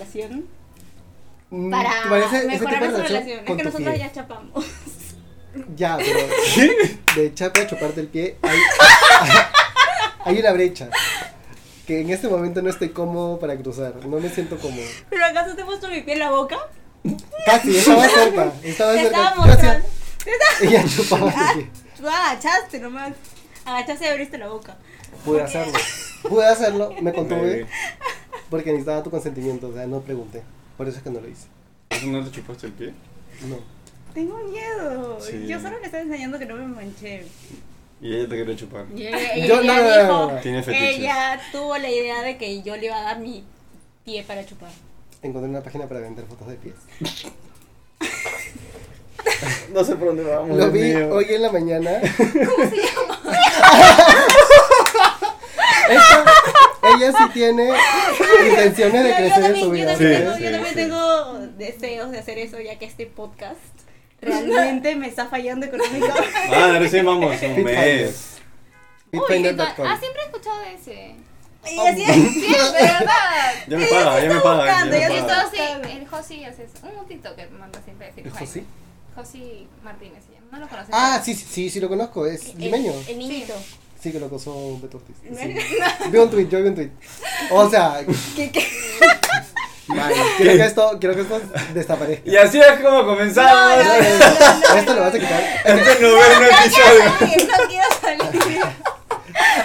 relación Mm, para ¿te parece ese mejorar tipo de nuestra relación relación. Es con que tu nosotros pie? ya chapamos. Ya, pero de echarte a chuparte el pie hay, hay una brecha que en este momento no estoy cómodo para cruzar, no me siento cómodo. ¿Pero acaso te he puesto mi pie en la boca? Casi, estaba cerca, estaba Te cerca. estaba Yo hacía- mostrando. Te estaba- Ella chupaba Ah, el pie. Tú agachaste nomás. Agachaste y abriste la boca. Pude Ok. hacerlo, pude hacerlo, me contuve Bebé. porque necesitaba tu consentimiento, o sea, no pregunté, por eso es que no lo hice. ¿Eso no le chupaste el pie? No. Tengo miedo. Sí. Yo solo le estaba enseñando que no me manché. Y ella te quiere chupar. Y ella, Yo- ella no, no, no, no, no. dijo, Tiene fetiches. ella tuvo la idea de que yo le iba a dar mi pie para chupar. Encontré una página para vender fotos de pies. No sé por dónde vamos. Lo vi hoy en la mañana. ¿Cómo se llama? Esta- ella sí tiene intenciones de Yo- yo crecer en su también, yo vida. también Sí, tengo, yo sí, también sí. tengo deseos de hacer eso ya que este podcast realmente me está fallando económicamente. Ah, recién vamos. Un mes. Uy, qué tal. Bitfinder.com. Ah, siempre he escuchado de ese. Y así es. Sí, de verdad. Ya me paga, ya me paga. buscando, Ya ya me se paga. está- Josi, el Josi hace eso. Un TikToker manda siempre a decir. ¿Es Juan. José? Josi Martínez se llama. No lo conoces. Ah, sí, sí, sí, sí lo conozco, es El, limeño. el niñito. Sí, que lo acosó Beto Ortiz. Sí. Vi un tweet, yo vi un tweet. O sea, ¿Qué, qué? man, quiero que esto, quiero que esto desaparezca. Y así es como comenzamos. Esto lo vas a quitar. Este noveno episodio. No quiero salir.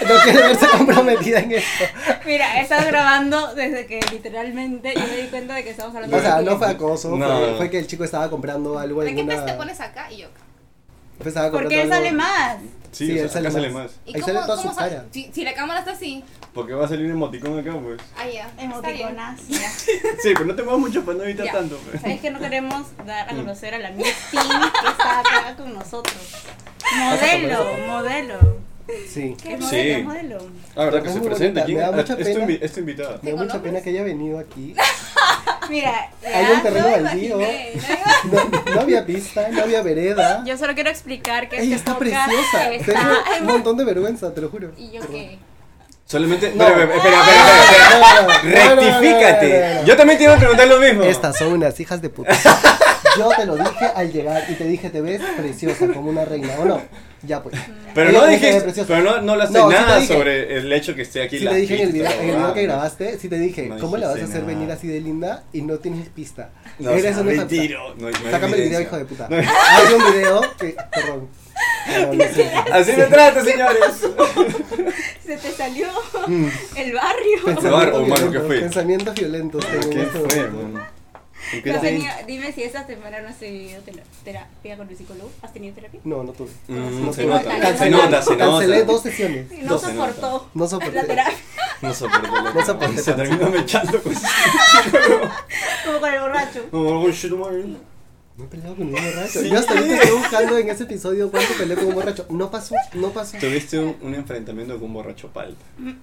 No quiero verse comprometida en esto. Mira, he estado grabando desde que literalmente yo me di cuenta de que estamos hablando O de sea, pie. no fue acoso, No. fue, fue que el chico estaba comprando algo ¿De en qué pez una. te pones acá y yo acá? estaba ¿Por comprando qué él algo- sale más? Sí, Sí, o sea, él sale acá sale más. más. ¿Y Ahí cómo, sale toda cómo su sa- cara. Si, si la cámara está así, Porque va a salir un emoticón acá, pues. ahí ya. está Emoticonas. bien. Ya. Sí, pero no te muevas mucho para no evitar Ya. tanto. O pues. sea, es que no queremos dar a conocer a la Miss Teen que está acá con nosotros. Modelo, modelo. Sí. ¿Qué modelo? Sí. Modelo. Ah, verdad que Es se muy presenta. bonita, ¿Quién me da es? mucha Es tu pena. invi- Es tu invitada. Me da ¿Te mucha pena conoces? que haya venido aquí. Mira, Hay un ya, terreno no me baldío. imaginé, no No, no había pista, no había vereda. yo solo quiero explicar que este Ella está podcast preciosa. está- Tengo un montón de vergüenza, te lo juro. ¿Y yo Perdón. qué? Solamente. No. Espera, espera, espera, espera, espera. Rectifícate. Yo también te iba a preguntar lo mismo. Estas son unas hijas de puta. Yo te lo dije al llegar y te dije, te ves preciosa como una reina, ¿o no? Ya pues. Pero Ella no me dijo, "Te dijiste, ves preciosa". pero no, no hablaste No, sí te nada dije. sobre el hecho que esté aquí Sí la te dije en el video, pista, en el video que ¿verdad? grabaste, sí te dije, No ¿cómo la vas a dijiste hacer nada. venir así de linda y no tienes pista? No, o Eres sea, una hija de puta. mentiro. No, no hay Sácame el video, evidencia. hijo de puta. Hay un video que, perdón. No, no sé. Así me trata, señores. se te salió Mm. el barrio. Pensaba- barro, mano, ¿qué violentos, fue? Ah, Pensamientos violentos tengo en ¿Qué este fue, momento. mano? ¿Por qué No te- tenía- dime si esta semana no has tenido tela- terapia con el psicólogo. ¿Has tenido terapia? No, no tuve. Mm, no se tuve. nota, se nota, se nota. Cancelé dos sesiones. Y no Dos. se soportó No la soporté. terapia. No soporté. loco. No soporté, Se parce. terminó mechando con. Como con el borracho. No, oh, shit, man. No he peleado con ningún borracho. Sí. Yo hasta ahorita estoy buscando en ese episodio cuánto peleé con un borracho. No pasó, no pasó. Tuviste un, un enfrentamiento con un borracho palta. mí,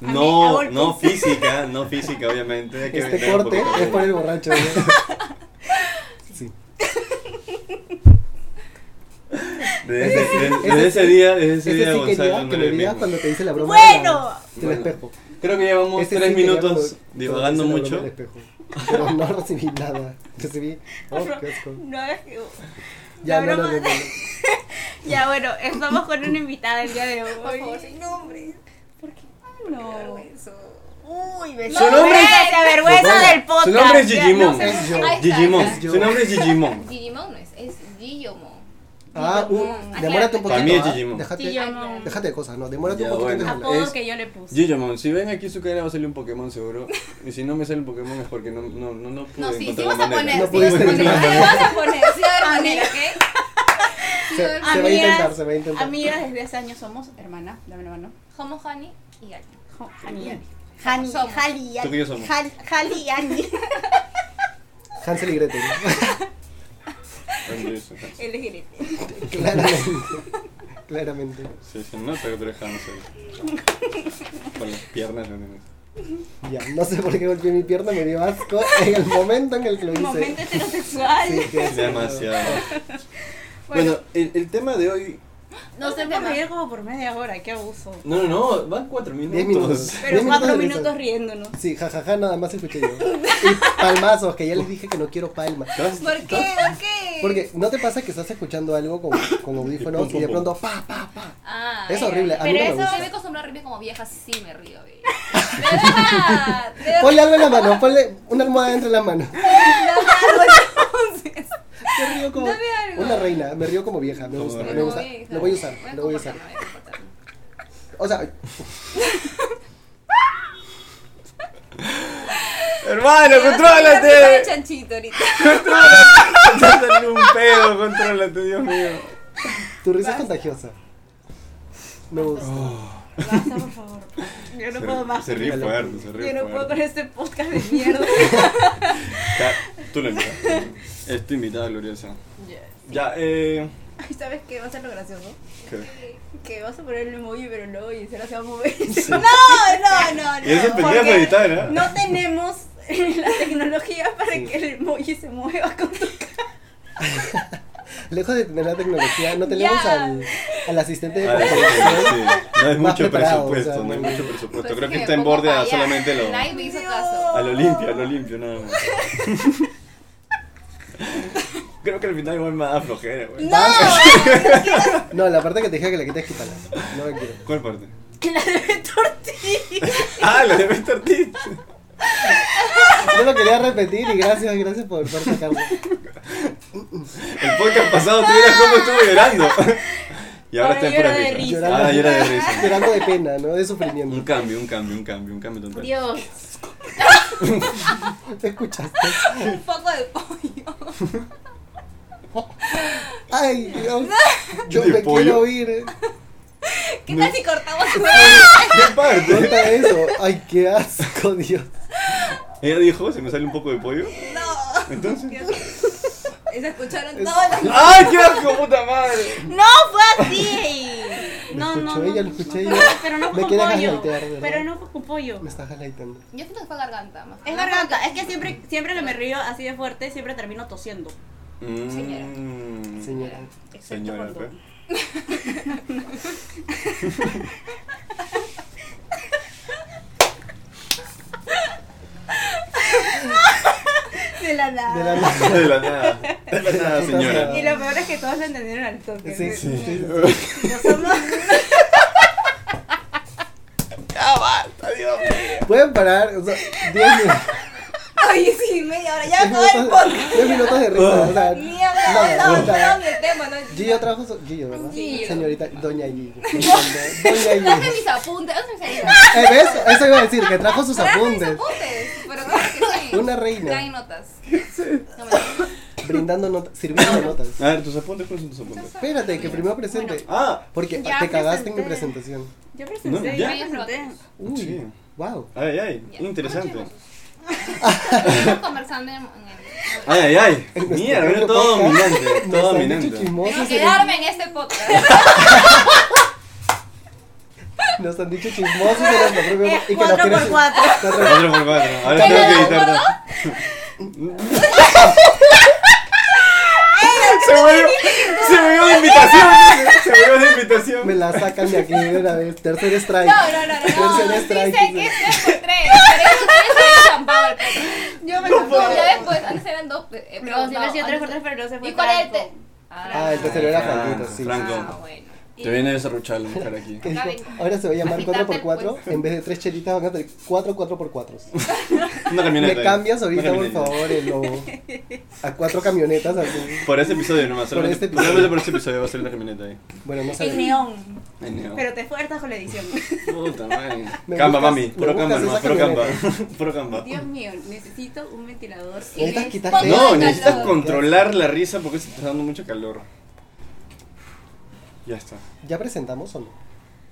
a No, golpes. no física, no física, obviamente. hay que Este vender un corte poquito. es por el borracho. ¿no? Sí. Desde, ese sí, desde- ese desde ese sí. día, desde ese, Ese día, sí Gonzalo quería no que era me el digas mismo. cuando te hice la broma. de la- Bueno, Del Bueno, espejo. Creo que llevamos Ese tres Este sí quería cuando- minutos cuando divagando te hice la mucho. broma del espejo. Pero no recibí nada. Recibí. Oh, qué asco. no es que. Ya, La no, no, broma no, no. Ya, bueno, estamos con una invitada el día de hoy. Por favor, Oh. sin nombres. No. Uy, me Su nombre es- se Pues avergüenza del podcast. Su nombre es Ya, Gigimon. no se- Es yo. Ahí está, Gigimon. ahí está. Su nombre es Gigimon. Digimon no es, es Guillomo. Ah, Digimon. uh, demórate un Aclárate. Para mí es poquito. ah, Digimon. Déjate, Gigimon. déjate de cosas, no, demórate un Ya, poquito. en bueno. hablar. Apodo Es- que yo le puse. Gigimon, si ven aquí su cara va a salir un Pokémon seguro. Y si no me sale un Pokémon es porque no, no, no, no pude No, sí, sí encontrar vas la a manera. poner, No sí puedes vas a poner. terminar. Sí vas a poner, sí va a haber manera, ¿ok? Sí va a Se, se haber va a Amigas, intentar, se va a intentar. Amigas desde hace años somos, hermana, dame la mano. Homo, Honey y Gali. Jo- Ani, Hani, Somos. Jali, Tú que yo somos. Jal- Jali, y Ani. Hansel y Gretel. Ay, Dios, ajá. Él es gerente. Claramente. Claramente. Sí, se nota que tú eres Hansel. Con las piernas. ¿no? Ya, no sé por qué golpeé mi pierna, me dio asco en el momento en el que lo hice. Momento heterosexual. Sí, qué asco. Demasiado. Bueno, Bueno, el, el tema de hoy No No se sé, me tema. reír como por media hora, qué abuso. No, no, no, van cuatro minutos. Diez minutos. Pero Diez cuatro de minutos risa. riéndonos. Sí, jajaja, nada más escuché yo. Y palmazos, que ya les dije que no quiero palmas. ¿Estás- ¿Por qué? ¿Por qué? Porque no te pasa que estás escuchando algo con, con audífonos y de pronto pa, pa, pa. Ah, Es ya. horrible, a mí pero no me eso gusta. me acostumbro a reírme como vieja, sí me río, baby. De verdad, de verdad. Ponle algo en la mano, ponle una almohada entre las manos. Me río como Dame algo. una reina, me río como vieja, me Como gusta, me reina. gusta. Como Lo voy a vieja. usar, lo voy a usar. comportarme, voy a comportarme. O sea, Hermano, Me va a salir contrólate. chanchito ahorita. Estás saliendo un pedo, contrólate, Dios mío. tu risa es contagiosa. Me gusta. Oh. Basta, por favor. Yo no puedo más. Se ríe fuerte, se ríe Yo no puedo con fuerte. este podcast de mierda. Ya, Tú lo invitas. Es tu invitada gloriosa. Ya, eh. Ay, ¿Sabes qué? Va a ser lo gracioso. ¿qué? Que vas a poner el emoji, pero no, y se la se va a mover. No, no, no, no. Y eso es pendejo Porque de editar, ¿eh? No tenemos la tecnología para que el emoji se mueva con tu cara. Lejos de tener la tecnología, no tenemos Ya. al, al asistente de Ah, sí, producción. sí. No es Más mucho preparado, presupuesto, o sea, no hay no. mucho presupuesto. Pues Entonces Creo que me está en pongo borde a para allá. solamente lo. Nadie me hizo caso. Al Olimpia, al Olimpia, nada más. Creo que al final igual me da flojera, güey. No, No, la parte que te dije que la quites, quítala. No la quiero. ¿Cuál parte? La de tortilla. Ah, la de Mr. Ortiz. Yo lo quería repetir y gracias, gracias por, por sacarlo. El podcast pasado tú vieras cómo estuve llorando. Y ahora, Ahora está en pura lloro de risa. risa. Ahora Ah, llora de risa. Llorando de pena, ¿no? De Un sufrimiento. cambio, un cambio, un cambio, un cambio total. Dios. ¿Te escuchaste? un poco de pollo. Ay, Dios. Yo ¿De me pollo? quiero ir. ¿Qué tal si cortamos? ¿Qué parte? Corta eso. Ay, qué asco, Dios. Ella dijo, se me sale un poco de pollo. No. Entonces. Eso escucharon todos los. ¡Ay, qué asco, puta madre! No fue así. No, no, escuchó no. ella, lo escuché no, ella. Pero no Me fue con quiere pollo. gaslightar, ¿verdad? Pero no fue con pollo. Me estás jalaitando. Yo siento que fue garganta más. Es garganta, es que siempre, siempre que me río así de fuerte, siempre termino tosiendo. Mm. Señora. Excepto Señora, cuando. pe. De la nada. De la nada. pues. De la nada. De la nada, señora. Y lo peor es que todos lo entendieron al toque. Sí, sí. sí. No somos- Ya basta, Dios mío. Pueden parar. O sea, 10 minutos. Ay, sí, media hora. Ya 10 acabó el minutos, podcast. 10 minutos de risa. O sea, Mierda, no, nada, no, o sea, no, ni el tema, no. Gillo trajo su. Gillo, ¿verdad? Gillo. Señorita, Doña Gillo. Doña Traje Gillo. mis apuntes, ¿dónde se me Eh, ¿Ves? Eso iba a decir, que trajo sus Traje mis apuntes. apuntes, pero claro que sí. Una reina. Traen notas. No, me- Brindando notas, sirviendo notas. A ver, tus apuntes, ¿cuáles son tus apuntes? Espérate, que primero presente. Ah, Porque Ya te cagaste en mi presenté. presentación. Yo presenté, yo No, ya. presenté. Uy, Sí. wow. ay, ay, interesante. Estamos conversando en en el. Ay, ay, ay. En nuestro Mierda, propio era todo Este podcast, dominante, nos todo han dominante. dicho chismosos eh, Tengo en- que quedarme en este podcast. Nos han dicho chismosos en nuestro propio Es y Eh, que nos cuatro quieren- por cuatro. Cuatro- Cuatro por cuatro. Ahora tengo que editar. Se volvió, se volvió de invitación. Se volvió de invitación. Me la sacan de aquí de una vez. Tercer strike. No, no, no, no. Tercer no. strike. Dice que es 3 por 3. Pero eso es champado. Yo me No puedo. Ya después, antes eran eh, 2. No, sí me hacía tres cortes, pero no se fue. ¿Y cuál es el Franco. te? Ah, el tercero era Franquito, Ah, sí. Franco. Ah, bueno. Te viene a desarrollar la mujer aquí. Que dijo, Acá vengo. ahora se va a llamar Agitarte 4x4. el En vez de tres chelitas van a tener 4 4x4. Una camioneta. Me cambias Una ahorita, por camioneta. favor, el logo. A cuatro camionetas así. Por ese episodio nomás. Por solamente- este episodio. Solamente por ese episodio va a ser una camioneta ahí. Bueno, no El sabemos. neón. Ay, no. Pero te esfuerzas con la edición. Puta madre. Me Camba, buscas- mami. me Puro buscas camba, nomás. esa Puro camba. camioneta. Puro camba. Dios mío, necesito un ventilador. Sí. Necesitas quitarte- Tienes poco No, de necesitas calor. controlar la risa porque se está dando mucho calor. Ya está. ¿Ya presentamos o no?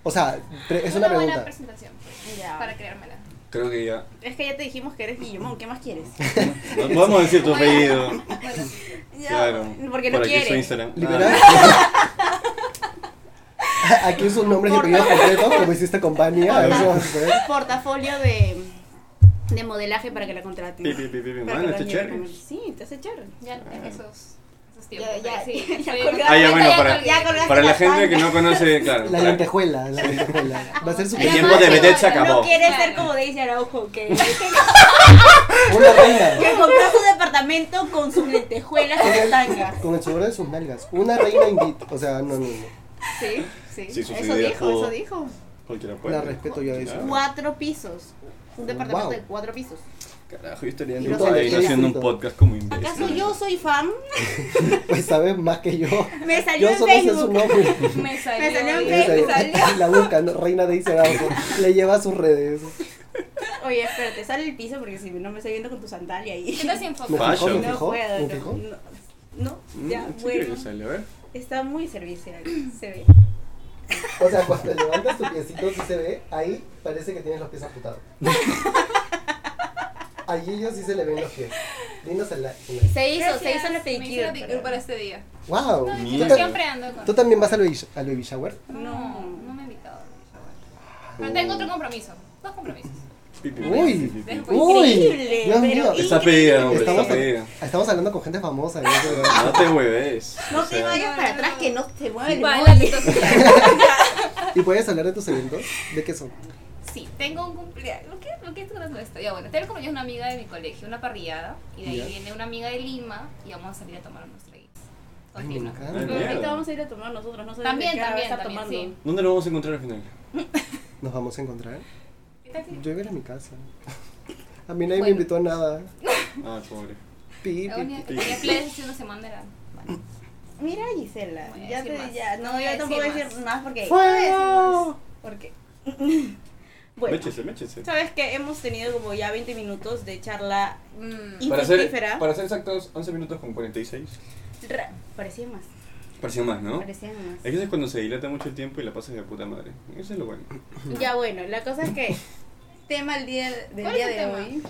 O sea, pre- es una una buena pregunta. presentación pues, Ya. para creármela. Creo que ya. Es que ya te dijimos que eres Guillemón, ¿qué más quieres? No podemos decir tu apellido. Bueno, Claro. Porque no Por aquí su quiere. Instagram. Liberar. Ah. Aquí sus nombres y apellidos completos, como hiciste con Ah. Vania. Eso vamos a hacer. Portafolio de, de modelaje para que la contraten. Pi, pi, pi, pi, pi. Para Mano, que la está lleven chévere. con- Sí, te hace chévere. ya, esos. estos tiempos. Ya, ya, sí. ya Estoy- colgaste. Ah, ya, bueno, Ya para, colgué. Ya colgaste para la gente tanga. que no conoce, claro. La para- lentejuela, la lentejuela. Va a ser su El Además, tiempo de no- vedette se acabó. No quiere ser Claro. como Daisy Araujo, que, Una reina. que compró su departamento con sus lentejuelas y sus tangas. Con el sudor de sus nalgas. Una reina indeed. O sea, no, no, no. Sí, sí. Sí, su eso idea dijo, pudo- eso dijo. Cualquiera puede. La respeto yo a eso. Claro. Cuatro pisos. Un departamento Wow. de cuatro pisos. Carajo, yo estaría Y en no el sé ahí qué haciendo un escrito. podcast como imbécil. ¿Acaso yo soy fan? Pues sabes más que yo. Me salió Yo en solo sé su Facebook. nombre. Me salió. Me salió en y- Facebook. me salió. La buscan, ¿no? reina de Araujo. Le lleva a sus redes. Pues Oye, espérate, sale el piso porque si no me estoy viendo con tu sandalia ahí. ¿Qué tal sin foco? Me fijó, Fashion. me No fijó, puedo, me no. fijó. no. No, Mm, ya, sí creo bueno. que sale, a ver. Está muy servicial, se ve. O sea, cuando levantas tu piecito sí se ve, ahí parece que tienes los pies amputados. Allí yo sí se le ven los pies. Lindos al Se hizo, se Gracias, hizo la me hice pedicure. la pedicure pero- para este día. ¡Wow! No, ¿Tú, yo Mierda. tam- siempre ando con. tú también vas al baby, al baby shower? No, no me he invitado. Pero tengo otro compromiso. Dos compromisos. Pipi, Uy. pipi, pipi, pipi. Uy. Increíble, Dios mío. pero Está increíble. pedida, hombre, Estamos, está pedida. estamos hablando con gente famosa. ¿eh? ¿no? No te hueves. No o te sea, vayas para no, atrás no. que no te mueve el Vale, móvil. entonces, ¿Y puedes hablar de tus eventos? ¿De qué son? Sí, tengo un cumpleaños. ¿Por qué, por qué tú no sabes esto? Ya bueno, tengo el cumpleaños de una amiga de mi colegio, una parrillada. Y de ahí Ya. viene una amiga de Lima y vamos a salir a tomar unos tragos. Ay, me Continúa. encanta. Ay, Ahorita mierda. vamos a ir a tomar nosotros, no sé También, de qué hora también, está también, tomando. sí. ¿Dónde lo vamos a encontrar al final? ¿Nos vamos a encontrar? ¿Qué tal si- Yo iba a ir a mi casa. A mí nadie Bueno. me invitó a nada. Ah, pobre. Pi, Algún pi, día pi. que tenía planes hace una semana era. Mira Gisela, voy a ya decir te más. ya, no, No voy a yo tampoco voy a decir decir más porque ¡Fuego! porque bueno, Méchese, méchese. sabes que hemos tenido como ya 20 minutos de charla Mm. Y- Para ser, fructífera. para ser exactos, 11 minutos con 46. ra- parecía más, Parecía más, ¿no? Eh. Es parecía más. que eso es cuando se dilata mucho el tiempo y la pasas de puta madre. Eso es lo bueno. Ya bueno, la cosa es que tema el día del ¿Cuál día es de el tema? hoy.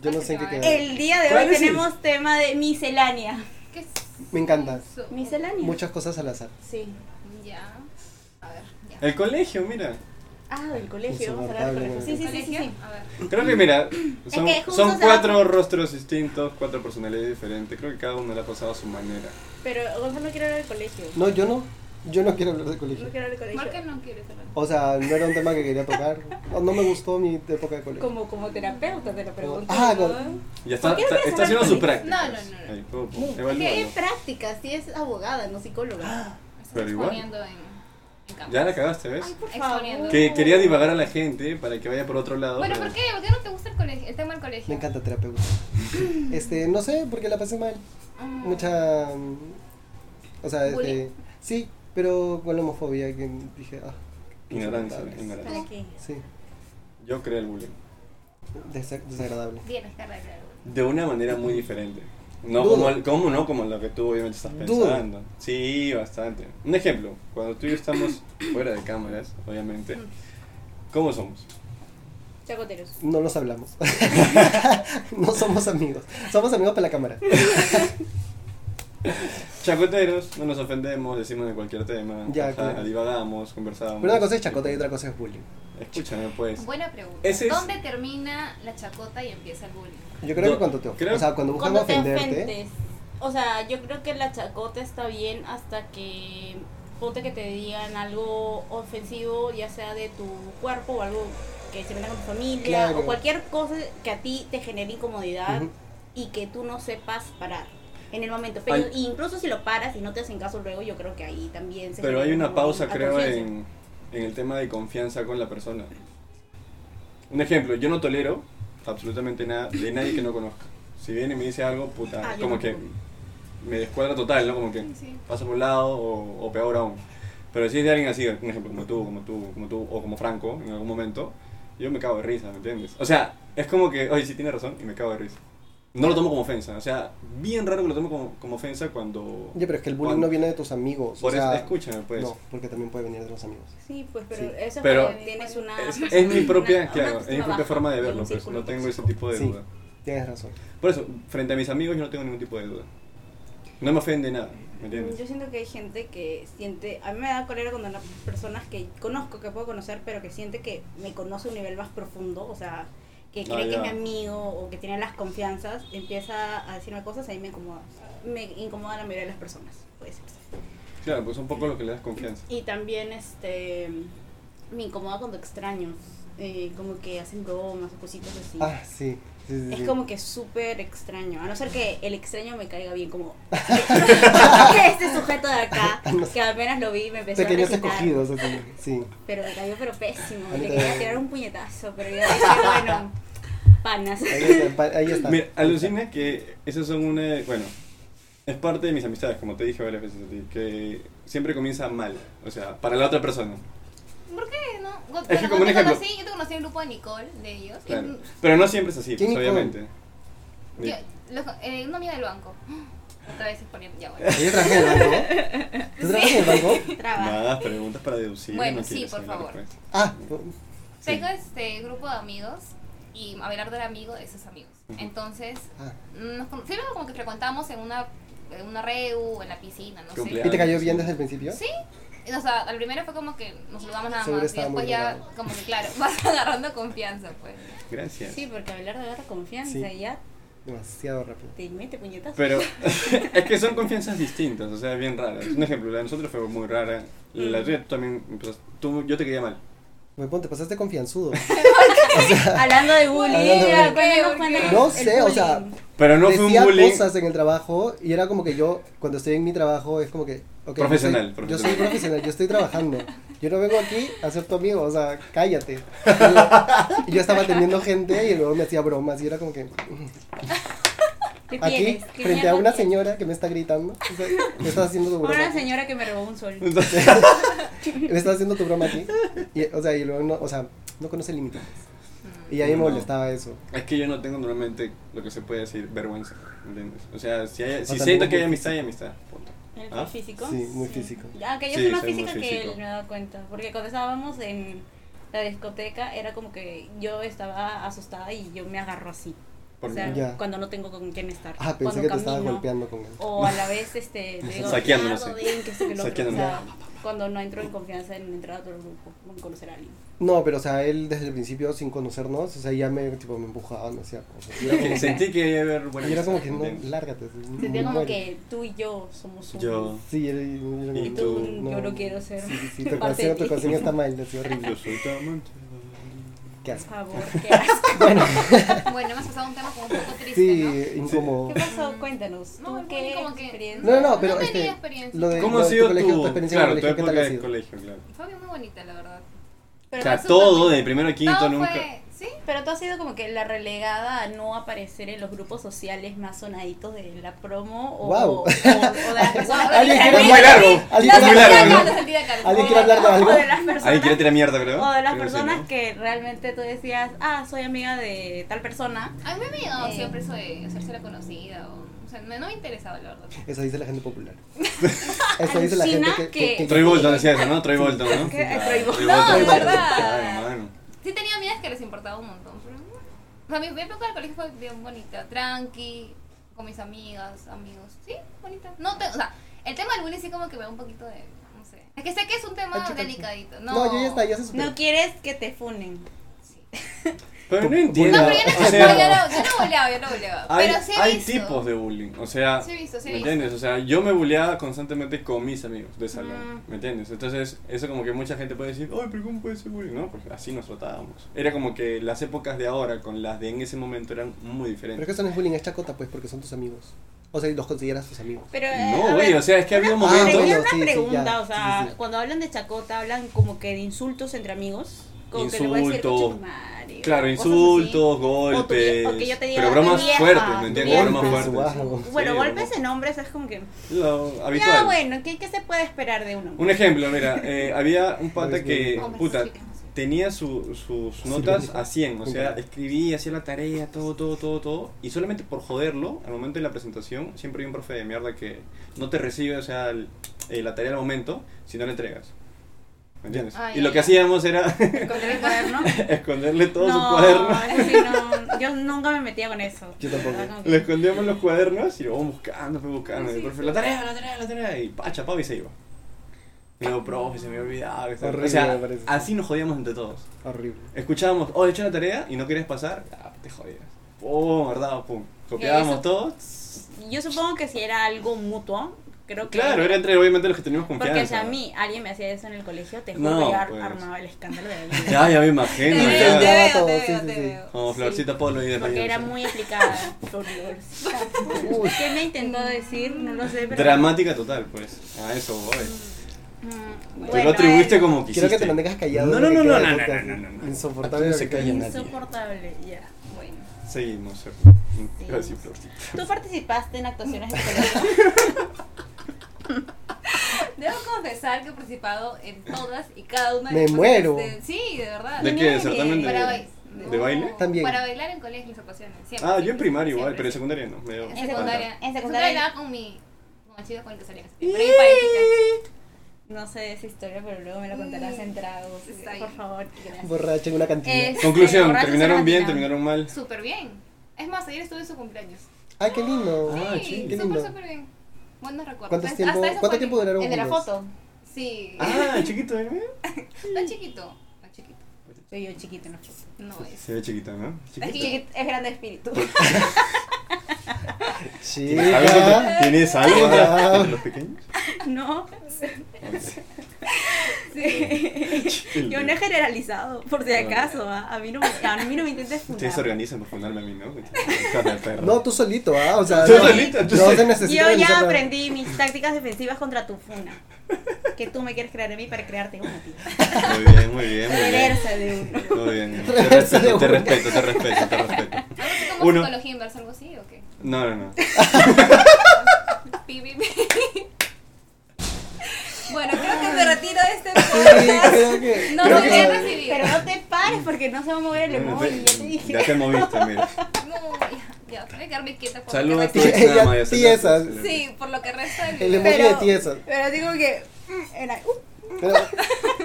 Yo no sé en qué El- quedar. El día de ¿Cuál hoy es el- tenemos tema de miscelánea. ¿Qué es Me encanta. eso? Miscelánea. Muchas cosas al azar. Sí. Ya. A ver, ya. El colegio, mira. Ah, del colegio, vamos a hablar del colegio. Sí, sí, sí, sí. sí. A ver. Creo que, mira, son, que justo son se cuatro va- rostros distintos, cuatro personalidades diferentes. Creo que cada uno la ha pasado a su manera. Pero Gonzalo no quiere hablar del colegio. No, yo no. Yo no quiero hablar de No colegio. quiero hablar del ¿Por qué colegio. no quieres hablar? O sea, no era un tema que quería tocar. No, no me gustó mi época de colegio. Como, como terapeuta te lo pregunto. Ah, ¿no? con- Ya está, ¿Por qué no está, quieres está hablar haciendo del colegio? su práctica. pues. No, no, no, no. Ahí, pum, pum, Porque hay evalúalo. prácticas, sí es abogada, no Ah. psicóloga. Estoy Pero igual. exponiendo en, en campo. Ya la cagaste, ¿ves? Por Exponiendo. favor. Que quería divagar a la gente para que vaya por otro lado. Bueno, pero- ¿por qué? ¿Por qué no te gusta el, colegio, el tema del colegio? Me encanta terapeuta. Este, no sé, porque la pasé mal. Mm. Mucha. mm, O sea, Bullying. este, sí, pero con la homofobia que dije, ah. Ignorancia, insoportables. ignorancia. ¿Para qué? Sí, Yo creé el bullying. desa- desagradable. Bien, está raro. De una manera muy diferente. No Dudo. como, el- como no como lo que tú obviamente estás Dudo. pensando. Sí, bastante. Un ejemplo, cuando tú y yo estamos fuera de cámaras, obviamente, ¿cómo somos? Chacoteros. No nos hablamos. no somos amigos. Somos amigos para la cámara. Chacoteros, no nos ofendemos, decimos de cualquier tema, Ya, ajá, claro. divagamos, conversamos. Pero una cosa es chacota y otra cosa es bullying. Escúchame pues. Buena pregunta. Ese es- ¿Dónde termina la chacota y empieza el bullying? Yo creo No, que cuando te creo- ofendes, o sea, cuando buscan Cuando te ofenderte, ofendes. O sea, yo creo que la chacota está bien hasta que ponte que te digan algo ofensivo, ya sea de tu cuerpo o algo que se meta con tu familia Claro. o cualquier cosa que a ti te genere incomodidad Ujú. y que tú no sepas parar en el momento. Pero Hay- incluso si lo paras y no te hacen caso luego, yo creo que ahí también se Pero hay genera una como pausa, una creo, conciencia. en, en el tema de confianza con la persona. Un ejemplo, yo no tolero absolutamente nada de nadie que no conozca. Si viene y me dice algo, puta, Ah, yo como que tampoco. me descuadra total, ¿no? Como que sí. pasa por un lado o, o peor aún. Pero si es de alguien así, un ejemplo, como tú, como tú, como tú, o como Franco, en algún momento, yo me cago de risa, ¿me entiendes? O sea, es como que, oye, sí tiene razón y me cago de risa. No lo tomo como ofensa, o sea, bien raro que lo tomo como, como ofensa cuando... Oye, pero es que el bullying cuando- no viene de tus amigos. Por o sea, eso, escúchame, pues. No, porque también puede venir de los amigos. Sí, pues, pero Sí. eso es Pero- porque tienes una... Es, es mi propia, una- claro, una es mi propia baja forma de en un verlo, pues círculo no tengo ese tóxico. tipo de Sí. duda. Tienes razón. Por eso, frente a mis amigos yo no tengo ningún tipo de duda. No me ofende nada, ¿me Yo entiendes? siento que hay gente que siente, a mí me da cólera cuando las personas que conozco, que puedo conocer, pero que siente que me conoce a un nivel más profundo, o sea, que Ah, cree que ya. es mi amigo o que tiene las confianzas, empieza a decirme cosas, ahí me incomoda. Me incomoda la mayoría de las personas, puede ser. Claro, pues un poco lo que le das confianza. Y también este me incomoda cuando extraños, eh, como que hacen bromas o cositas así. Ah, sí. sí, sí, sí. Es como que súper extraño, a no ser que el extraño me caiga bien, como este sujeto de acá, que apenas lo vi y me empezó Te a tenías recitar, escogido, o sea, como- sí. pero me cayó pero pésimo, A le mí también. quería tirar un puñetazo, pero yo dije, bueno, panas. Ahí está. pa- Ahí está. Mira, alucina que esas son una. de- Bueno, es parte de mis amistades, como te dije varias veces a ti, que siempre comienza mal. O sea, para la otra persona. ¿Por qué no? Bueno, que como un cuando te ejemplo- conocí, yo te conocí en el grupo de Nicole, de ellos. y Claro. Pero no siempre es así, ¿Quién pues, es Nicole? obviamente. yo- los- eh, una amiga del banco. Otra vez exponiendo. Ya, bueno. Yo trabajé en el banco. ¿Tú trabajas en el banco? Traba. Nada, preguntas para deducir. Bueno, no sí, quieres por saber la favor. respuesta. Ah, Sí. Tengo este grupo de amigos y Abelardo era amigo de esos amigos. Ujú. Entonces, ah. nos, cono- siempre como que frecuentamos en una, en una reu, en la piscina, no sé. Cumpleaños. ¿Y te cayó bien desde el principio? Sí. O sea, al primero fue como que nos saludamos nada Seguro más y estaba muy después ya drogado. como que claro, vas agarrando confianza pues. Gracias. Sí, porque hablar de agarra confianza Sí. y ya Demasiado rápido. te mete puñetazo. Pero es que son confianzas distintas, o sea, bien raras. Un ejemplo, la de nosotros fue muy rara. La tuya tú también empezaste- tú- yo te quería mal. Me ponte, pasaste confianzudo. Hablando de bullying, Hablando de bullying. cuéntanos, ¿Por qué? cuéntanos No el sé, o sea, bullying. Pero no fue decía un bullying. cosas en el trabajo y era como que yo, cuando estoy en mi trabajo, es como que... ok, Profesional, yo soy, Yo soy profesional. profesional, yo estoy trabajando. Yo no vengo aquí a ser tu amigo, o sea, cállate. Y yo- Y yo estaba atendiendo gente y luego me hacía bromas y era como que... mm, ¿Qué Aquí, tienes? ¿Qué frente a mierda una tienes? señora que me está gritando, o sea, me estás haciendo tu A broma. Una señora que me robó un sol. Entonces, Me estás haciendo tu broma aquí. Y, o sea, y luego no, o sea, no conoce límites. Y ahí me No. molestaba eso. es que yo no tengo normalmente lo que se puede decir vergüenza, ¿entiendes? O sea, si, hay- si también siento es que hay muy amistad, hay amistad. punto. ¿El ¿Ah? físico? Sí, muy físico. Aunque yo Sí, soy más soy muy física que físico. él, me he dado cuenta. Porque cuando estábamos en la discoteca, era como que yo estaba asustada y yo me agarro así. O Por sea, mí. Ya. cuando no tengo con quién estar. Ah, pensé cuando que te estaba camino, golpeando con él. O a la vez, este, le digo, Saqueándome, "Ricardo, sí. ven", que esto, que lo otro. Saqueándome. O sea, cuando no entro en confianza en entrar a otro grupo, en conocer a alguien. No, pero o sea, él desde el principio, sin conocernos, o sea, ya me, tipo, me empujaba, me hacía cosas. Y era como Que que, sentí que había ver buena y era como que amistad, no, ¿entiendes? lárgate. Sentía como muere. que tú y yo somos uno. Yo, Sí, era- era- Y Tú, tú, yo no. no quiero ser Sí, sí, sí, tu parte de canción, ti. tu canción está mal, así horrible. yo soy tu amante. Qué Por asco. favor, qué asco. Bueno, hemos pasado un tema como un poco triste, ¿no? Sí, incómodo. ¿Qué pasó? Cuéntanos. No, ¿Tú el bullying qué como que- experiencia? No, no, no, pero No tenía este, experiencia. lo de, lo ¿Cómo ha de tu sido colegio, tu tu, experiencia en claro, el tu colegio, ¿qué época tal ha de sido? colegio, claro? Fue bien muy bonita, la verdad. O Pero, sea, fue todo súper- de primero a quinto Todo nunca. fue, sí, pero tú has sido como que la relegada a no aparecer en los grupos sociales más sonaditos de la promo o, Guau. o, o de las personas que Alguien dicen, quiere- Es muy largo, Alguien es muy quiere hablar largo, de ¿no? acá, lo sentí de acá. ¿Alguien o- quiere hablar de algo? O de las personas, Alguien quiere tirar mierda, creo. o de las Creo que sí, personas ¿no? que realmente tú decías, ah, soy amiga de tal persona. A mí me ha llegado Eh. siempre eso de hacerse la conocida o, o sea, no, no me interesaba la verdad. Eso dice la gente popular. Eso dice la gente Alucina que... que- Troy Bolton decía eso, ¿no? Troy Bolton, ¿no? ¿Qué? Claro, Troy Bolton. No, Bolton. ¿verdad? Claro, mano. Sí tenía amigas que les importaba un montón, pero no. O sea, mi mi época del colegio fue bien bonita, tranqui, con mis amigas, amigos. Sí, bonita. No te- o sea, el tema del bullying sí como que me da un poquito de, no sé. Es que sé que es un tema Ay, chica. delicadito, No, ¿no? yo ya está, ya se superó. No quieres que te funen. Sí. Pero Tú- no entiendo. No, Pero yo no, o sé, sea, pero yo no, yo no boleaba, yo no boleaba. hay, pero sí he hay visto. tipos de bullying. O sea, Sí he visto, sí he ¿me visto. entiendes? O sea, yo me bulleaba constantemente con mis amigos de salón. Mm. ¿Me entiendes? Entonces, eso como que mucha gente puede decir, ay, pero ¿cómo puede ser bullying? No, porque así nos tratábamos. Era como que las épocas de ahora con las de en ese momento eran muy Pero es diferentes. que eso no es bullying, es chacota, pues, porque son tus amigos. O sea, y los consideras tus amigos. Pero, eh, a No, güey, ver, o sea, es que había Ah, Tenía momentos. bueno, una sí, sí, pregunta, ya. o sea, Sí, sí, sí. cuando hablan de chacota, hablan como que de insultos entre amigos. Como que le Insulto. voy a decir, "Concha tu madre", Claro, cosas insultos, así. O tu vie- golpes. o que yo te diga, pero bromas "Tu vieja, fuertes, ¿me tu entiendes? Bromas Golpes, fuertes. guau. vieja". Bueno, Sí, golpes bromas- en hombres es como que. Lo habitual. Ya, bueno, ¿qué, qué se puede esperar de uno? Un ejemplo, mira, eh, había un pata Hombres bien. que, Hombres, puta, chicas, no sé. tenía su- sus Sí, notas bien. a 100, o sea, Bien. escribía, hacía la tarea, todo, todo, todo, todo, y solamente por joderlo, al momento de la presentación, siempre hay un profe de mierda que no te recibe, o sea, el- eh, la tarea al momento, si no la entregas. ¿Me entiendes? Ay, y lo ay, que ay. hacíamos era ¿Con el cuaderno? esconderle todo su No, cuaderno. eso sí, no, yo nunca me metía con eso. Yo tampoco. Ah, como que- Le escondíamos los cuadernos y lo vamos buscando, fue buscando. y el Sí, profe, sí. la tarea, la tarea, la tarea. Y pacha, papi se iba. No, profe, se me olvidaba. que se- Horrible, o sea, me parece. así nos jodíamos entre todos. Horrible. Escuchábamos, oh, he hecho una tarea y no querías pasar, ah, te jodías. Pum, verdad, pum. Copiábamos eso- todos. Yo supongo que si era algo mutuo, creo que. Claro, era entre obviamente los que teníamos confianza. Porque si a mí alguien me hacía eso en el colegio, te juro No, que yo ar- pues. armaba el escándalo de alguien. Ya, ya me Te imagino. no, veo, ya. te ya, veo, todo, te sí, veo, sí, te sí. veo. Como Florcita Polo y de Porque Mayo, era sí. muy aplicada. por Dios. Uy. ¿Qué me intentó decir? No lo sé, pero. Dramática total, pues. A eso voy. Mm, Te bueno, lo atribuiste eh, como quisiste. Quiero que te mantengas callado. No, no, durante no, no, todo el no, podcast. no, no, no, no. Insoportable. Aquí no se lo que calla te- nadie. Insoportable, ya. Bueno. Seguimos. Fer. Gracias, Florcita. Tú participaste en actuaciones de colegio. Debo confesar que he participado en todas y cada una de Me las muero. cosas de- Sí, de verdad. ¿De qué? ¿Certamen Para de, bail- de baile? no, También. Para bailar en colegio, las ocasiones. Siempre, Ah, siempre, yo en primaria igual, siempre, pero en siempre. secundaria no. me dio- En secundaria. En secundaria. En secundaria bailaba con mi. con el chico con el que salía. Pero mi parejita. No sé esa historia, pero luego me la contarás en tragos. Está Por bien. favor, gracias. Borracha en una cantina. Es- Conclusión, borrachos terminaron en bien, la terminaron mal. Súper bien. Es más, ayer estuve en su cumpleaños. Ay, qué lindo. Ah, sí, chill. qué súper, lindo. súper bien. Buenos recuerdos. ¿Cuántos Hasta- tiempo- hasta eso ¿Cuánto fue tiempo mi- duraron El de la juntos? foto. Sí. Ah, chiquito, ¿eh? Tan chiquito. Tan chiquito. Soy yo chiquito, no No es. Se ve chiquito, ¿no? Es, Chiquito. chiquito, es grande de espíritu. ¿Tienes algo contra- Chica. ¿Tienes algo Ah. contra contra los pequeños? no. El- Yo no he generalizado, por si Bueno. acaso. ¿ah? A mí no me, a mí no me intentes Ustedes se fundar. organizan para fundarme a mí, ¿no? Hijas de perra. No, tú solito, ¿ah? O sea, Tú no, solita, tú no solita. se necesita. Yo ya organizar nada. aprendí mis tácticas defensivas contra tu funa. Que tú me quieres crear en mí para crearte una, tío. Muy bien, muy bien, muy bien. Reversa de uno. Muy bien. Te respeto, te respeto, te respeto, te respeto. Algo así como Uno. psicología inversa, algo así, ¿o qué? No, no, no. Pi, pi, pi. bueno, creo que me retiro de este Sí, podcast. creo que. No, creo no, que- ya recibí. Pero no te pares porque no se va a mover el emoji. Ya te dije. Ya te moviste, mira. No, ya, ya, voy a quedarme quieta por Saludos lo a tu que ex resta. Ella nada más. ya tiesa. saludos. Sí, por lo que resta del El video. emoji de tiesa. Pero así como que. mm, en la- uh, Pero,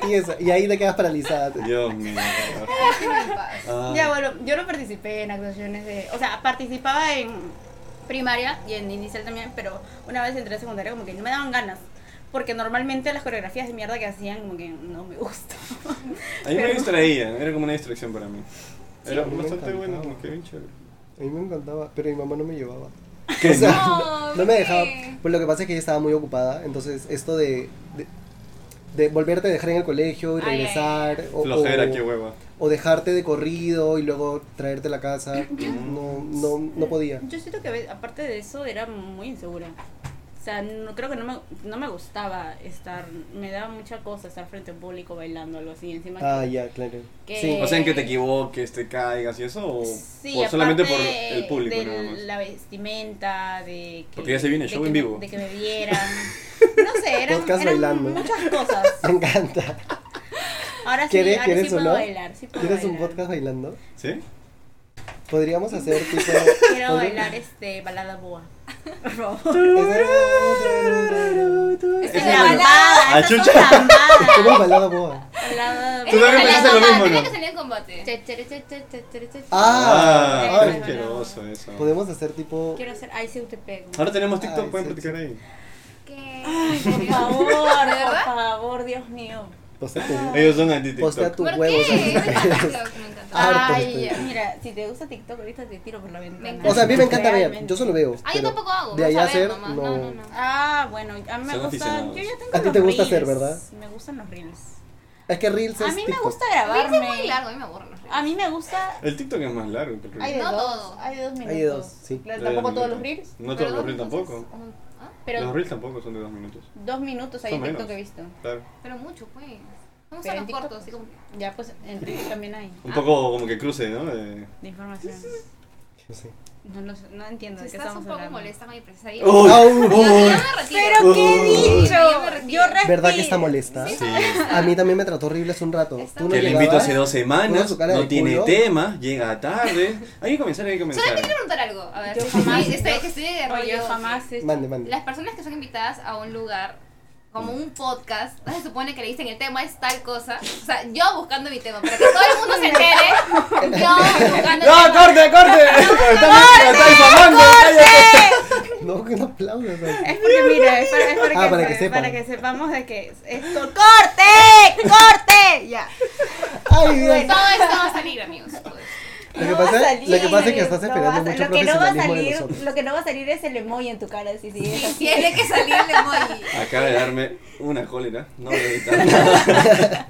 tiesa. Y ahí te quedas paralizada. Dios mío. Déjenme en paz. Ah, Ya, bueno, yo no participé en actuaciones de. O sea, participaba en primaria y en inicial también, pero una vez entré a secundaria, como que no me daban ganas. Porque normalmente las coreografías de mierda que hacían, como que no me gusta. A mí me distraía, era como una distracción para mí. Era Sí. bastante bueno, como que bien chévere. A mí me encantaba, pero mi mamá no me llevaba. ¿Qué? O sea, No, no, no me ¿por dejaba. qué? Pues lo que pasa es que ella estaba muy ocupada, entonces esto de, de, de volverte a dejar en el colegio y Ay, ay, regresar, o- Flojera, o, qué hueva. o dejarte de corrido y luego traerte a la casa, Mm. no, no, no podía. Yo siento que, a ve- aparte de eso, era muy insegura. O sea, no, creo que no me, no me gustaba estar. Me daba mucha cosa estar frente a un público bailando algo así. Encima, Ah, ya, claro. Que- Sí. O sea, en que te equivoques, te caigas y eso, o, Eh, Sí, o solamente por aparte el público, de nada más. la vestimenta, de que... Porque ya se viene el de show que en me- vivo. de que me vieran. No sé, eran, Podcast eran bailando. muchas cosas. Me encanta. Ahora sí, ¿Quieres- ahora quieres sí o puedo no? bailar, sí puedo ¿Tienes un bailar. podcast bailando? ¿Sí? Podríamos hacer tipo... Quiero podri- bailar este, balada boa. Por favor. Esa Es que es la la balada- balada, esa es Ah, chucha. ¿Cómo lambada. has bailado boa? Balada Tú también pensaste lo mismo, Tenía ¿no? que salir en combate. Che, chere, che, che, che, chere, che. Ah, Ah, ay. qué asqueroso eso. Podemos hacer tipo... Quiero hacer ICUTP. como- Ahora tenemos TikTok, Ay, pueden sí, practicar ahí. ¿Qué? Por favor, por verdad? favor, Dios mío. Postea tu, Ellos son anti-TikTok. postea tu ¿Por qué? huevos. Me encantó. Harto Ah, Ay, respeto. mira, si te gusta TikTok, ahorita te tiro por la ventana. encanta. O sea, a mí me encanta ver, Realmente. yo solo veo. Ah, yo pero tampoco hago. De no ahí a saber hacer, nomás. no. no, no. Ah, bueno, a mí me Son gustan. aficionados. Yo ya tengo A ti los te gusta reels. hacer, ¿verdad? Me gustan los reels. Es que Reels A es mí me TikTok. gusta Reels grabarme. es muy largo, a mí me aburre. los A reels. mí me gusta. El TikTok es más largo que el Hay Reel. de No dos. todo. Hay de dos minutos. Hay de dos, sí. Claro, De tampoco dos todos los reels. minutos. Eh, No todos los Perdón, reels tampoco. entonces, um, ah, Pero Los reels tampoco son de dos minutos. dos minutos hay Son en TikTok menos. que he visto. Claro. Pero mucho, pues. Vamos Pero a en los TikTok- cortos, así como. Ya, pues en Reels también hay. Un poco como que cruce, ¿no? De- De información. No sé. No, lo sé, no entiendo Si de qué estás estamos un poco hablando. molesta con mi presencia. ahí. ¡Uy! Au. Yo yo me retiro. Pero qué he Oh. dicho. Yo me retiro. Yo respiro. ¿Verdad que está molesta? Sí. A mí también me trató horrible hace un rato. Está Tú no Que le llegabas. invito hace dos Con semanas, su cara de no tiene culo. tema, llega tarde. Hay que comenzar, hay que Solo te comenzar. quiero preguntar algo. A ver, Yo sí, jamás- sí, estoy, estoy de Oye, rollo. yo jamás he Mande, mande. Las personas que son invitadas a un lugar, como un podcast, no se supone que le dicen el tema es tal cosa. O sea, yo buscando mi tema, para que todo el mundo se entere. Yo buscando el tema. corte! ¡Lo estás- lo estás difamando, cállate. No, que no aplaudas. Es porque mira, es para, es para Ah, para que sepan. para que sepamos de que es esto. ¡Corte! ¡Corte! Ya. Ay, Dios. Bueno. Todo esto va a salir, amigos. todo esto. Lo que No va a pasa- salir, lo que pasa es que estás no esperando va a- mucho lo que no va a profesionalismo de salir, nosotros. Lo que no va a salir es el emoji en tu cara si sigues Sí, así. tiene que salir el emoji. Acaba de darme una cólera. No voy a evitar nada.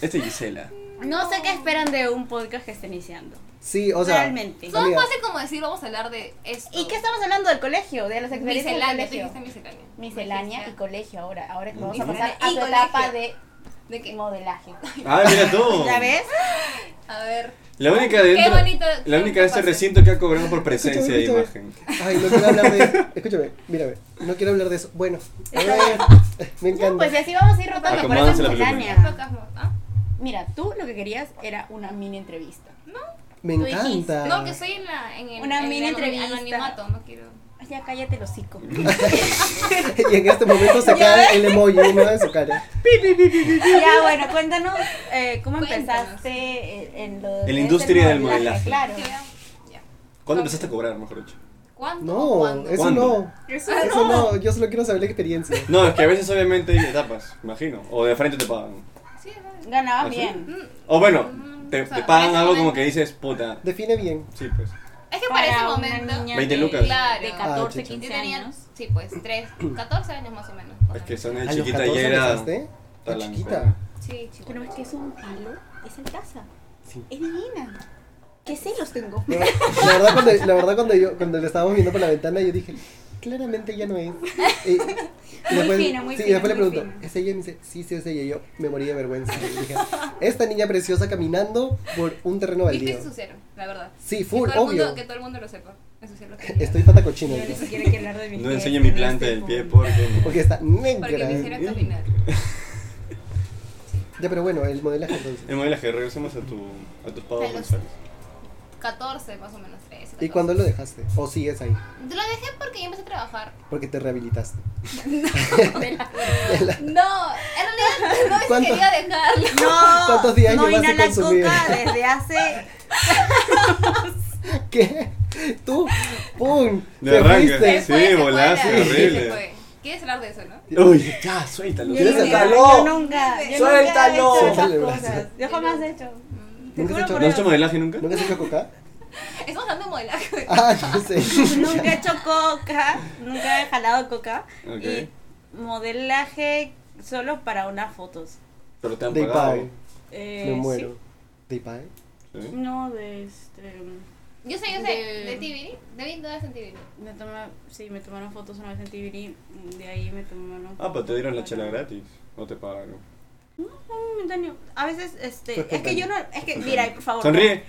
Este es Gisela. No sé qué esperan de un podcast que esté iniciando. Sí, o sea. Realmente. Todo amiga, fácil como decir, vamos a hablar de esto. ¿Y qué estamos hablando del colegio? De las experiencias del Miscelánea, tú colegio. dijiste miscelánea. Miscelánea y colegio ahora. Ahora que vamos a Miscelánea pasar a y tu colegio. etapa de ¿De qué? modelaje. Ah, mira Oh. tú. ¿Ya ves? A ver. La única de Qué dentro- bonito, la qué única de este fácil. recinto que ha cobrado por presencia Escúchame, e imagen. Ay, no quiero hablar de. Escúchame, mírame. No quiero hablar de eso. Bueno, a ver, me No, encanta. pues y así vamos a ir rotando por esa Acomodándose la peluca. miscelánea. ¿Ah? Mira, tú lo que querías era una mini entrevista. me tú dijiste, encanta. No, que estoy en, la, en el, Ah. Una en el mini entrevista. anonimato, no quiero. Ay, Ya cállate el hocico. y en este momento se Ya cae ves. el emoji uno de su cara. Ya, bueno, cuéntanos eh, cómo Cuéntanos. empezaste en- en lo de este En la industria del modelaje. Claro. Sí, ya. ¿Cuándo empezaste a cobrar, mejor dicho? ¿Cuánto? No, ¿Cuándo? eso ¿Cuándo? no. Eso Eso no. Yo solo quiero saber la experiencia. No, es que a veces obviamente hay etapas, imagino. O de frente te pagan. Sí, es verdad. Ganabas ¿Ah, sí? bien. Mm, O bueno, Mm, te, o sea, te en pagan ese algo como momento- que dices, puta. Define bien. Sí, pues. Es que para, ese una momento. niña 20 de- lucas. Claro. De Ah, 14, chucha. Yo 15 tenía, años. sí, pues, 3, 14 años más o menos. Es que son de ¿A los chiquita 14 y era. empezaste? Tan talancón. chiquita. Sí, chicos. Pero es que es un palo, es el taza. Sí. Es divina. ¿Qué celos tengo? La la verdad, cuando, la verdad cuando, yo, cuando le estábamos viendo por la ventana, yo dije, claramente ella no es. Y, y fina, muy sí, y fina, después le muy pregunto, fina. ¿es ella? Y me dice, sí, sí, es ella. Y yo me morí de vergüenza. Y dije, esta niña preciosa caminando por un terreno Y que baldío. ensuciaron, la verdad. Sí, Que todo full, el obvio. mundo- Que todo el mundo lo sepa. Ensuciaron. Estoy pata cochina. Yo ni digo, siquiera quiero hablar de este mi No pie, enseño mi no planta sé del pie cómo. porque. Porque está Porque me negra. hicieron caminar. Ya, pero bueno, el modelaje entonces. El modelaje, regresemos a, tu, a tus pagos Pelos. mensuales. 14, más o menos, 13. ¿Y 14. cuándo lo dejaste? ¿O sigues ahí? Lo dejé porque yo empecé a trabajar. Porque te rehabilitaste. No, en realidad no es que ¿Cuánto? quería dejarlo. No, ¿Cuántos días no llevaste inhalan consumida? coca desde hace. ¿Qué? Tú, ¡pum! De te arranque. fuiste. Sí, volaste, la- horrible. se fue. ¿Quieres hablar de eso, no? Uy, ya, suéltalo. ¿Quieres Yo nunca- sacarlo? Yo nunca. yo nunca he ¡Suéltalo! hecho esas Suéltalo. cosas. Yo jamás he hecho. Te ¿Nunca has juro por hecho- ¿No has hecho Dios. modelaje nunca? ¿Nunca has hecho coca? Mm. Estamos hablando de modelaje. Ah, no sé. Nunca he hecho coca, nunca he jalado coca. Ok. Y modelaje solo para unas fotos. Pero te han De pagado. Ipae. Eh, Me sí. muero. ¿De Ipae? ¿sí? No, de este. Yo sé, yo sé. De- Mm. De Tibiri. De Big Donuts en Tibiri. Me toma- sí, me tomaron fotos una vez en Tibiri. De ahí me tomaron. Ah, pero te dieron la chela para- gratis. O te pagaron. momentáneo. A veces, Fue este, es que yo no, es que, mira, por favor. Sonríe.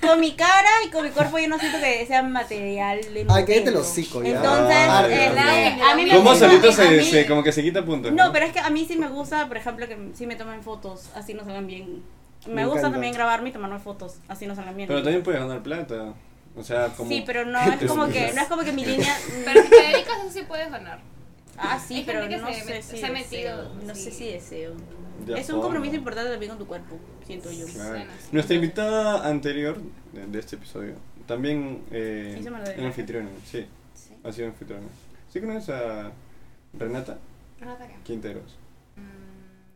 Con mi cara y con mi cuerpo yo no siento que sea material. en Ay, cállate momento. el hocico, ya. Entonces, Ah, eh, ya, la- ya. a mí me ¿Cómo gusta- solito a se, mí- se- como que se quita puntos? No, pero es que a mí sí me gusta, por ejemplo, que sí me tomen fotos, así no salgan bien. Me, Me gusta encanta. también grabarme y tomarme fotos, así no salgan bien. Pero también puedes ganar plata. O sea, como. Sí, pero no es como que, no es como que mi línea. Pero si te dedicas, eso sí puedes ganar. Ah, sí, Hay gente pero que no se sé met- si se deseo, ha metido, No sí. sé si deseo. Ya es un compromiso forma. importante también con tu cuerpo, siento yo. Claro. Suena. Nuestra invitada anterior de, de este episodio también eh, Hizo modelaje. en anfitriona, sí, Sí. ha sido anfitriona. ¿Sí conoces a Renata Ah, Renata, ¿qué? Quinteros?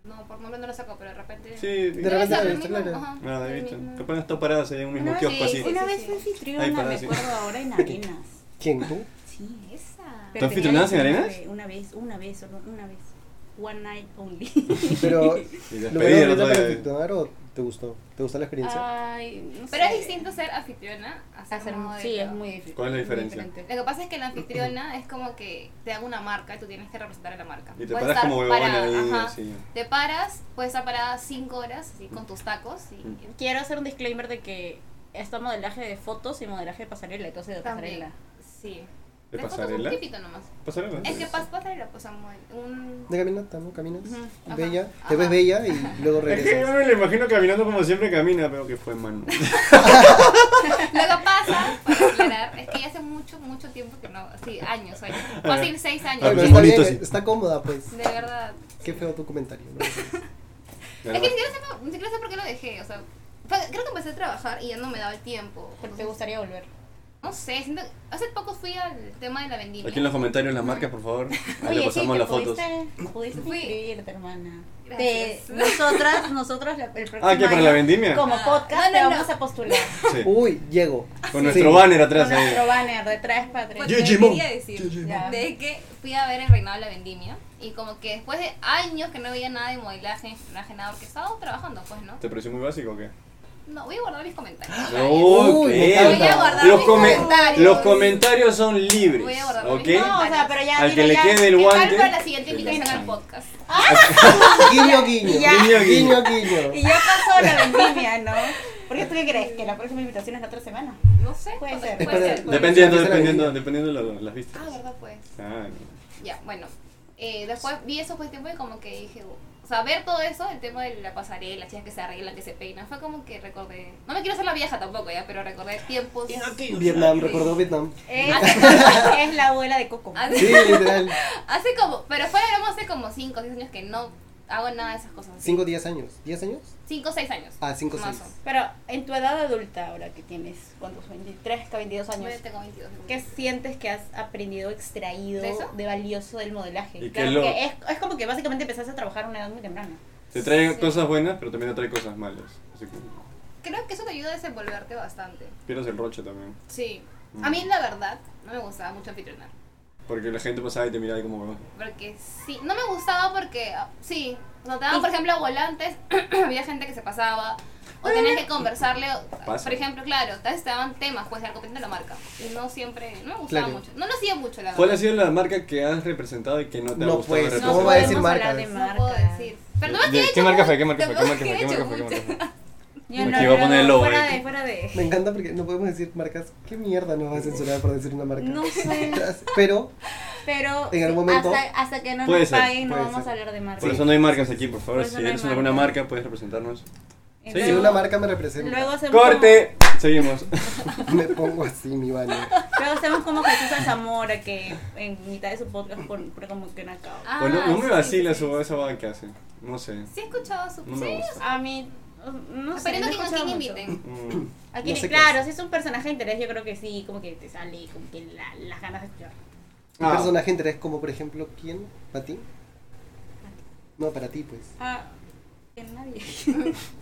Mm, No, por momento no lo saco, pero de repente. Sí, De repente Debe ser lo he lo visto, mismo, claro. ajá, Nada, lo he visto. mismo. Ah, Capaz han estado paradas allá en un mismo Una kiosco vez- así. sí, Una sí, vez sí. fui Ahí anfitriona, para me sí. acuerdo ahora en Arenas. ¿Quién tú? Sí. Esa. Pero ¿Tú tenía anfitrionabas 19, en Arenas? Una vez, una vez, solo una vez. One night only. Pero, Y ¿lo hubiera despedida el venido otro para día. anfitrionar o te gustó? ¿Te gustó la Ah. experiencia? Ay, no Pero sé. es distinto ser anfitriona a ser, Hacer- modelo. sí, es muy difícil. ¿Cuál es la diferencia? Lo que pasa es que la anfitriona es como que te da una marca y tú tienes que representar a la marca. Y te Puedes paras estar como huevona parada, ahí, ajá. así. Te paras, puedes estar parada 5 horas así, con tus tacos. Y... Mm. Quiero hacer un disclaimer de que está modelaje de fotos y modelaje de pasarela y cosas de pasarela. También. Sí. ¿De Las fotos pasarela? son típico nomás. Pasarela. Es que pas pasarela, pues, amor, un... ¿De caminata? ¿No caminas? Ujú, Bella. ajá, Te ves ajá. bella y luego Es que yo regresas. me lo imagino caminando como siempre camina, pero que fue mano. Lo que pasa, para aclarar, es que ya hace mucho, mucho tiempo que no... Sí, años, años. Fácil 6 años. Ay, pero Ah, pues está, bonito, bien, sí. está cómoda, pues. De verdad. Qué feo tu comentario. ¿no? Es que ni siquiera, sé, ni siquiera sé por qué lo dejé, o sea... fue- Creo que empecé a trabajar y ya no me daba el tiempo. ¿Te gustaría volver? No sé, siento, hace poco fui al tema de la vendimia. Aquí en los comentarios las marcas, por favor. Ahí Ah, le Oye, sí, pasamos te las fotos. pudiste, pudiste Fui. inscribirte, hermana. Gracias. Te- nosotras, nosotros la- el próximo Ah, ¿qué? ¿Para año, la vendimia? Como Ah. podcast No, no, te no. vamos a postular. Sí. Uy, llego. Con Sí. nuestro banner atrás Con ahí. nuestro banner detrás, Patria. Bueno, Yo- lo que Digimon. Pues quería decir Digimon. de que fui a ver el reinado de la vendimia y como que después de años que no veía nada de modelaje, modelaje nada porque estaba trabajando pues, ¿no? ¿Te pareció muy básico o qué? No, voy a guardar mis comentarios. No, Uy, ¿qué? me encanta. Voy a guardar los, mis come- comentarios. los comentarios son libres. Voy a guardar mis ¿Ok? No, o sea, pero ya. Al mira, que le ya- quede el ¿Qué guante. tal para la siguiente el invitación guante. al podcast? Guiño, guiño. Y ya. Guiño, guiño. Y ya pasó la vendimia, ¿no? Porque tú qué crees que la próxima invitación es la otra semana. No sé. Puede o sea, ser. Puede ser. puede ser. Dependiendo, Empieza la dependiendo, avenida. dependiendo de lo- las vistas. Ah, verdad, pues. Ah, Ya, bueno. Eh, después vi eso pues tiempo y como que dije, o sea, ver todo eso, el tema de la pasarela, las chicas que se arreglan, que se peinan, fue como que recordé. No me quiero hacer la vieja tampoco ya, pero recordé tiempos. Vietnam, recordó Vietnam. Es, es la abuela de Coco. Hace, Sí, literal. hace como, pero fuera de broma, hace como 5 o 6 años que no hago nada de esas cosas. 5 o 10 años. ¿10 años? 5 o 6 años. Ah, 5 o Más 6. o menos. Pero en tu edad adulta, ahora que tienes, ¿cuántos? 23, que 22 años. Yo tengo 22. ¿Qué sientes que has aprendido, extraído ¿De eso? de valioso del modelaje? Y Claro, que lo- porque es, es como que básicamente empezaste a trabajar a una edad muy temprana. Te trae Sí. cosas buenas, pero también te trae cosas malas. Así que Creo que eso te ayuda a desenvolverte bastante. pierdes el roche también. Sí. Mm. A mí, la verdad, no me gustaba mucho anfitrionar. Porque la gente pasaba y te miraba y como... "Ah". Porque sí, no me gustaba porque, ah, sí, cuando te daban, por ejemplo, volantes, había gente que se pasaba, o tenías que conversarle, o- Pasa. por ejemplo, claro, a veces te daban temas, pues, de la competencia de la marca, y no siempre, no me gustaba Claro. mucho, no lo hacía mucho, la ¿Cuál ha verdad. sido la marca que has representado y que no te ha No, gustado pues, representar? ¿cómo va a decir Podemos marca? hablar de No marca. No puedo decir. Pero no me ¿De- he hecho qué marca fue? mucho, ¿Qué marca fue? ¿Qué tampoco marca es fue? que ¿Qué he marca fue? hecho ¿Qué marca fue? Yo Aquí no, va a yo- poner el logo Fuera ahí. de, fuera Me de. encanta porque no podemos decir marcas. ¿Qué mierda nos va a censurar por decir una marca? No sé, Pero pero en algún momento. Hasta, hasta que no Puede nos ser, paguen no puede vamos ser. a hablar de marca. Por eso no hay marcas aquí, por favor. Por eso si no hay eres alguna marca. marca, puedes representarnos. Si Sí. una marca me representa, Luego hacemos, ¡Corte! Seguimos. me pongo así mi baño. Ah. Como, luego hacemos como Jesús Zamora que en mitad de su podcast pone pone como que una causa. Ah, Bueno, no sí, me sí, vacila sí. su, esa vaga que hace. No sé. Sí he escuchado su... No me sí, gusta. A mí, no sé. esperando no he que con escuchado quién mucho. inviten. Mm. A No quién- sé qué claro, hace. si es un personaje de interés, yo creo que sí, como que te sale como que la- las ganas de escuchar. Un Ah. personaje interés como, por ejemplo, ¿quién? ¿Para ti? No, para ti, pues. Ah, que nadie.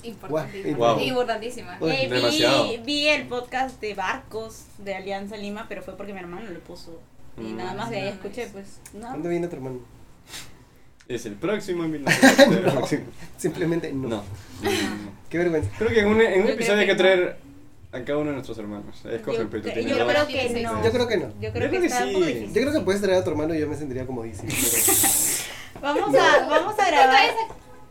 Importantísima. Wow. Importantísima. Uy, Eh, demasiado. vi, vi el podcast de Barcos de Alianza Lima, pero fue porque mi hermano lo puso. Y Mm. nada más de ahí Ah, escuché, pues. No. ¿Cuándo viene tu hermano? Ah, Es el próximo en 1900. El No. próximo. Simplemente no. No. No, no, no. Qué vergüenza. Creo que en un, en un Yo episodio hay creo que que traer a cada uno de nuestros hermanos. Escoge Yo, el peito. cre- tiene yo dos. creo que Sí, sí, no. sí. Yo creo que no. Yo creo creo que, que está sí. un poco difícil. Yo creo que puedes traer a tu hermano y yo me sentiría como dice. Vamos a, vamos a Otra grabar. vez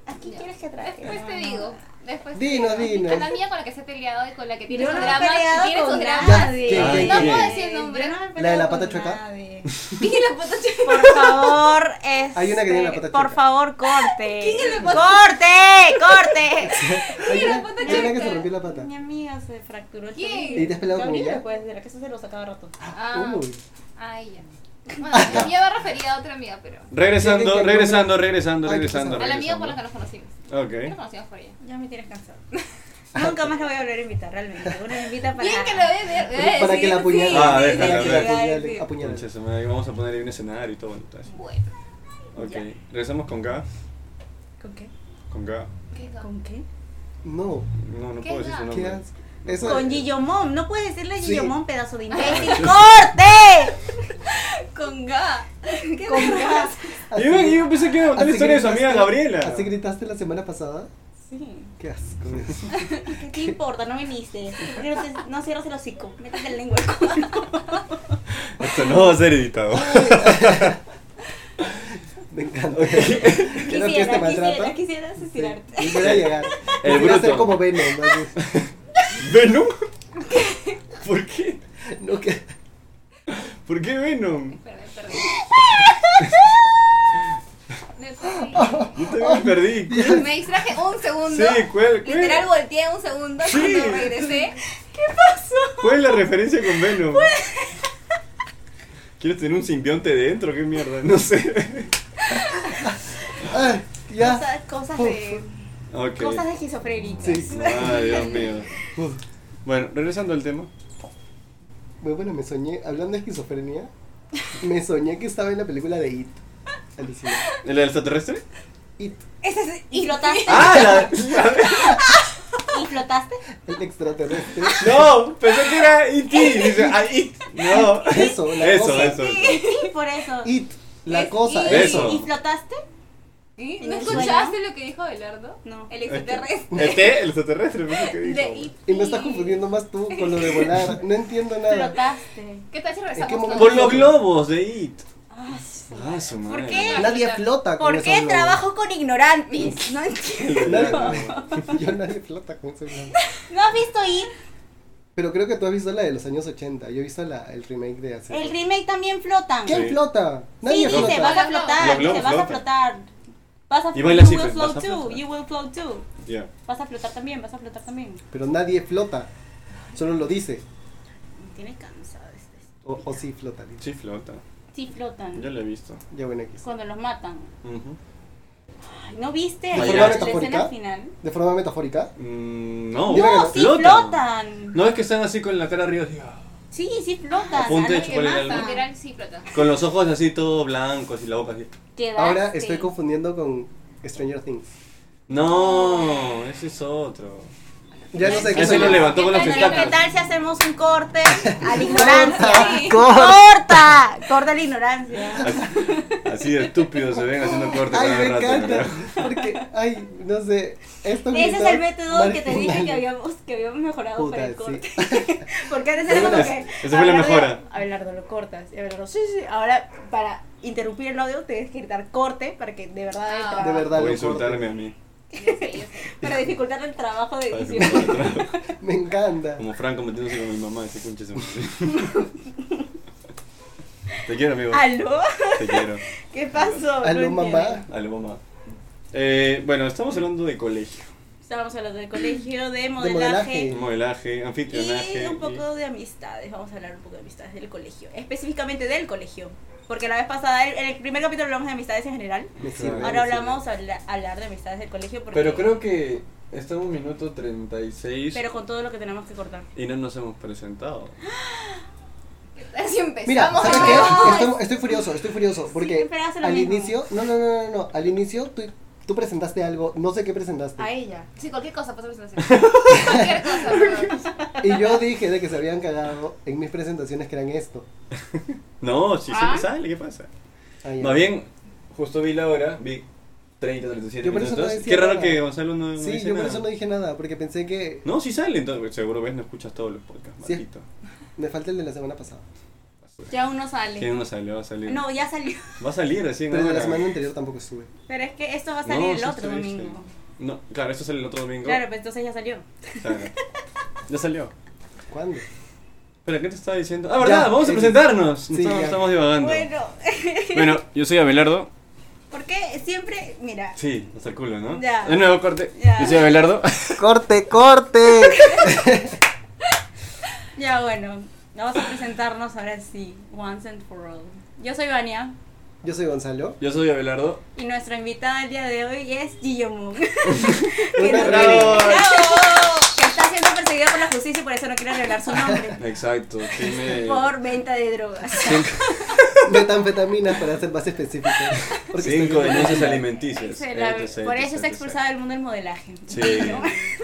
¿A quién Ya. quieres que traiga? Después te No, no. digo. Después Dino, te digo. dino. A la mía con la que se ha peleado y con la que tiene Yo sus no me he dramas. peleado Y tiene sus con dramas. nadie. Ya, ¿qué, No qué? puedo decir nombre. Yo no me he ¿La de la peleado pata con chueca? nadie. Y la puta chica. Por favor, es. Hay una que tiene la pata Por chueca. favor, corte. le ¡Corte! ¡Corte! Hay Mira, una- pata hay una que chueca. se rompió la pata. Mi amiga se fracturó el ¿Quién? tobillo. ¿Y te has peleado con Gabriela, ella? pues, de la que se los a cada rato. Ah, Uy. ay, ya. Bueno, la mía va referida a otra amiga, pero. Tienen Regresando, que regresando, regresando, Ay, qué regresando. pesado. A la amiga por la que regresando. nos conocimos. ¿Eh? ¿Qué nos Ok. conocimos por ella? Ya me tienes cansado. Nunca más la voy a volver a invitar, realmente. Una me invita para. Bien que lo ve, ve, ve, Para Eh, sí, que la sí, apuñale. sí, Ah, sí, déjala, sí, déjala. sí, sí, Apuñale, sí. apuñale. Concha su madre, Vamos a poner ahí un escenario y todo bonito. así. Bueno. Ok. Ya. Regresamos con K. ¿Con qué? Con K. ¿Qué ga- ¿Con qué? No. No, no ¿Qué puedo decir K? su ¿Qué nombre. haces? Eso- Con Gillomón. No puedes decirle Sí. Gillomón, pedazo de imbécil. ¡Corte! Con ga. ¿Qué Con ga- gas. Así- Yo, yo pensé que iba a contar así la historia de su gritaste- amiga Gabriela. ¿Así gritaste la semana pasada? Sí. Qué asco. ¿Qué te importa? No viniste. ¿Por qué No, te- no cierras el hocico. Métete la lengua al culo. Esto no va a ser editado. Me encanta. Quiero que este Quisiera, quisiera, maltrato. quisiera Sí, asesinarte. Quisiera llegar. El Quisiera bruto. ser como Venom. así. ¿Venom? ¿Por qué? No, que... ¿Por qué Venom? Espera, me perdí. Me Yo también me perdí. perdí. Me distraje un segundo. Sí, ¿cuál, cuál- Literal volteé un segundo Sí. cuando regresé. cuál es la referencia con Venom? ¿Quieres tener un simbionte dentro? ¿Qué mierda? No sé. Ay, ya. Cosas, cosas de. Ok. Ah, Cosas de esquizofrénicas. Sí. Ay, Dios mío. Bueno, regresando al tema. Bueno, me soñé, hablando de esquizofrenia, me soñé que estaba en la película de It. Alucina. ¿El del extraterrestre? It, Ese es- ¿Y flotaste? ¡Ah! ¿Y flotaste? el extraterrestre. No, pensé que era IT. Dice, ah, IT. No. Eso, la Eso, cosa. eso. Sí, por eso. It, la Es cosa. ¿eh? it. Eso. ¿Y flotaste? ¿Y? ¿En ¿No el escuchaste lo que dijo Abelardo? No. El Este, extraterrestre. ET, ¿Este? el extraterrestre, fue lo que dijo. De IT. Y me estás confundiendo más tú con lo de volar. No entiendo nada. Flotaste. ¿Qué tal si regresamos qué momento? todos? Por los globos de IT. Ah, su madre. ¿Por qué? Nadie flota con ¿Por esos qué globos. trabajo con ignorantes? No entiendo. Nadie- Yo nadie flota con esos globos. ¿No has visto ir? Pero creo que tú has visto la de los años 80. Yo he visto la, el remake de hace. El remake también flotan. ¿Quién Sí. flota? Sí, Nadie dice, flota. vas a Los flotar, globos dice, vas a flotan. flotar. Vas a Y baila you así, will pues, float vas a too, flotar. you will float too. Ya. Vas a flotar también, vas a flotar también. Pero nadie flota. Solo lo dice. Tienes cansado de esto. O, o sí flota. dice. Sí flota. Sí flotan. Yo lo he visto. Ya bueno, X. Cuando los matan. Ujú. Ay, ¿No viste ¿De la, forma la metafórica? escena final? De forma metafórica. Mm, no. Dime que No, no. sí flotan. No es que están así con la cara arriba, así, ah, Sí, sí flotan. A punta de Ah, no, chocolate. ¿Cuál era el- Literal, sí, flota. con los ojos así todo blancos y la boca así. quedaste. Ahora estoy confundiendo con Stranger Things. No, ese es otro. Ya no sé qué Ese soy lo yo. levantó con los ¿Qué tentáculos. tal si hacemos un corte a la ignorancia? Ah, Corta. ¡Corta! Corta la ignorancia. Así, así de estúpido se ven haciendo cortes Ay, cada me rato. encanta. creo. Porque, ay, no sé. Esto Ese es el método que te dije marginal. que habíamos, que habíamos mejorado para Puta, el corte. sí. Porque antes era como que. Esa fue la Abelardo- mejora. Abelardo, lo cortas. Y Abelardo, sí, sí. Ahora, para interrumpir el audio, tienes que gritar corte para que de verdad. Ah. el trabajo- De verdad. Voy lo a insultarme a mí. Yo sé, yo sé. Para dificultar el trabajo de Parece edición. un trago. corto. Me encanta. Como Franco metiéndose con mi mamá, ese pinche se Te quiero, amigo. ¿Aló? Te quiero. ¿Qué pasó? Aló, No mamá. Dale, mamá. Eh, bueno, estamos hablando de colegio, Estábamos hablando del colegio, de modelaje. modelaje. modelaje, anfitrionaje. Y un poco de amistades, vamos a hablar un poco de amistades del colegio, específicamente del colegio, porque la vez pasada, en el primer capítulo hablamos de amistades en general, Me sirve. ahora hablamos a habla- hablar de amistades del colegio, porque, Pero creo que estamos minuto 36 pero con todo lo que tenemos que cortar. y no nos hemos presentado. ¿Qué tal si empezamos? Mira, ¿sabes de qué? nuevo? Estoy, estoy furioso, estoy furioso. Porque siempre hace lo al mismo. inicio, no, no, no, no, no, al inicio tú, tú presentaste algo, no sé qué presentaste. A ella. Sí, cualquier cosa, pásame la situación. Cualquier cosa, pero... Y yo dije de que se habían cagado en mis presentaciones que eran esto. No, si Ah. siempre sale, ¿qué pasa? Ah, ya. Más bien, justo vi la hora, vi 30, 37 Yo por eso no minutos. decía Qué raro nada. que Gonzalo no, no Sí, dice yo por nada. eso no dije nada, porque pensé que No, si sale, entonces seguro ves, no escuchas todos los podcasts, Sí. Marquito. me falta el de la semana pasada. Ya uno Que sale. no sale, va a salir. No, ya salió, Va a salir recién Pero el de la ahora. semana anterior tampoco estuve. pero es que esto va a salir el sí otro estuviste. domingo. No, claro, esto sale el otro domingo. Claro, pues entonces ya salió. Claro. Ya salió. ¿Cuándo? Pero ¿qué te estaba diciendo? Ah, verdad, vamos a sí. presentarnos. Sí, estamos, ya. estamos divagando. Bueno, Bueno, yo soy Abelardo. porque siempre. Mira. Sí, hasta el culo, ¿no? Ya. De nuevo, corte. Ya. Yo soy Abelardo. ¡Corte, corte! Ya bueno, vamos a presentarnos ahora sí, once and for all. Yo soy Vania Yo soy Gonzalo. Yo soy Abelardo. y nuestra invitada el día de hoy es Giyomun. Un no- bravo. ¡Bravo! Que está siendo perseguida por la justicia y por eso no quiere revelar su nombre. Exacto. Tiene... Por venta de drogas. Metanfetaminas para ser más específico. Porque Cinco estoy- Ah, denuncias alimenticias. Se la- etc, por etc, eso está etc. expulsada del mundo del modelaje. Sí.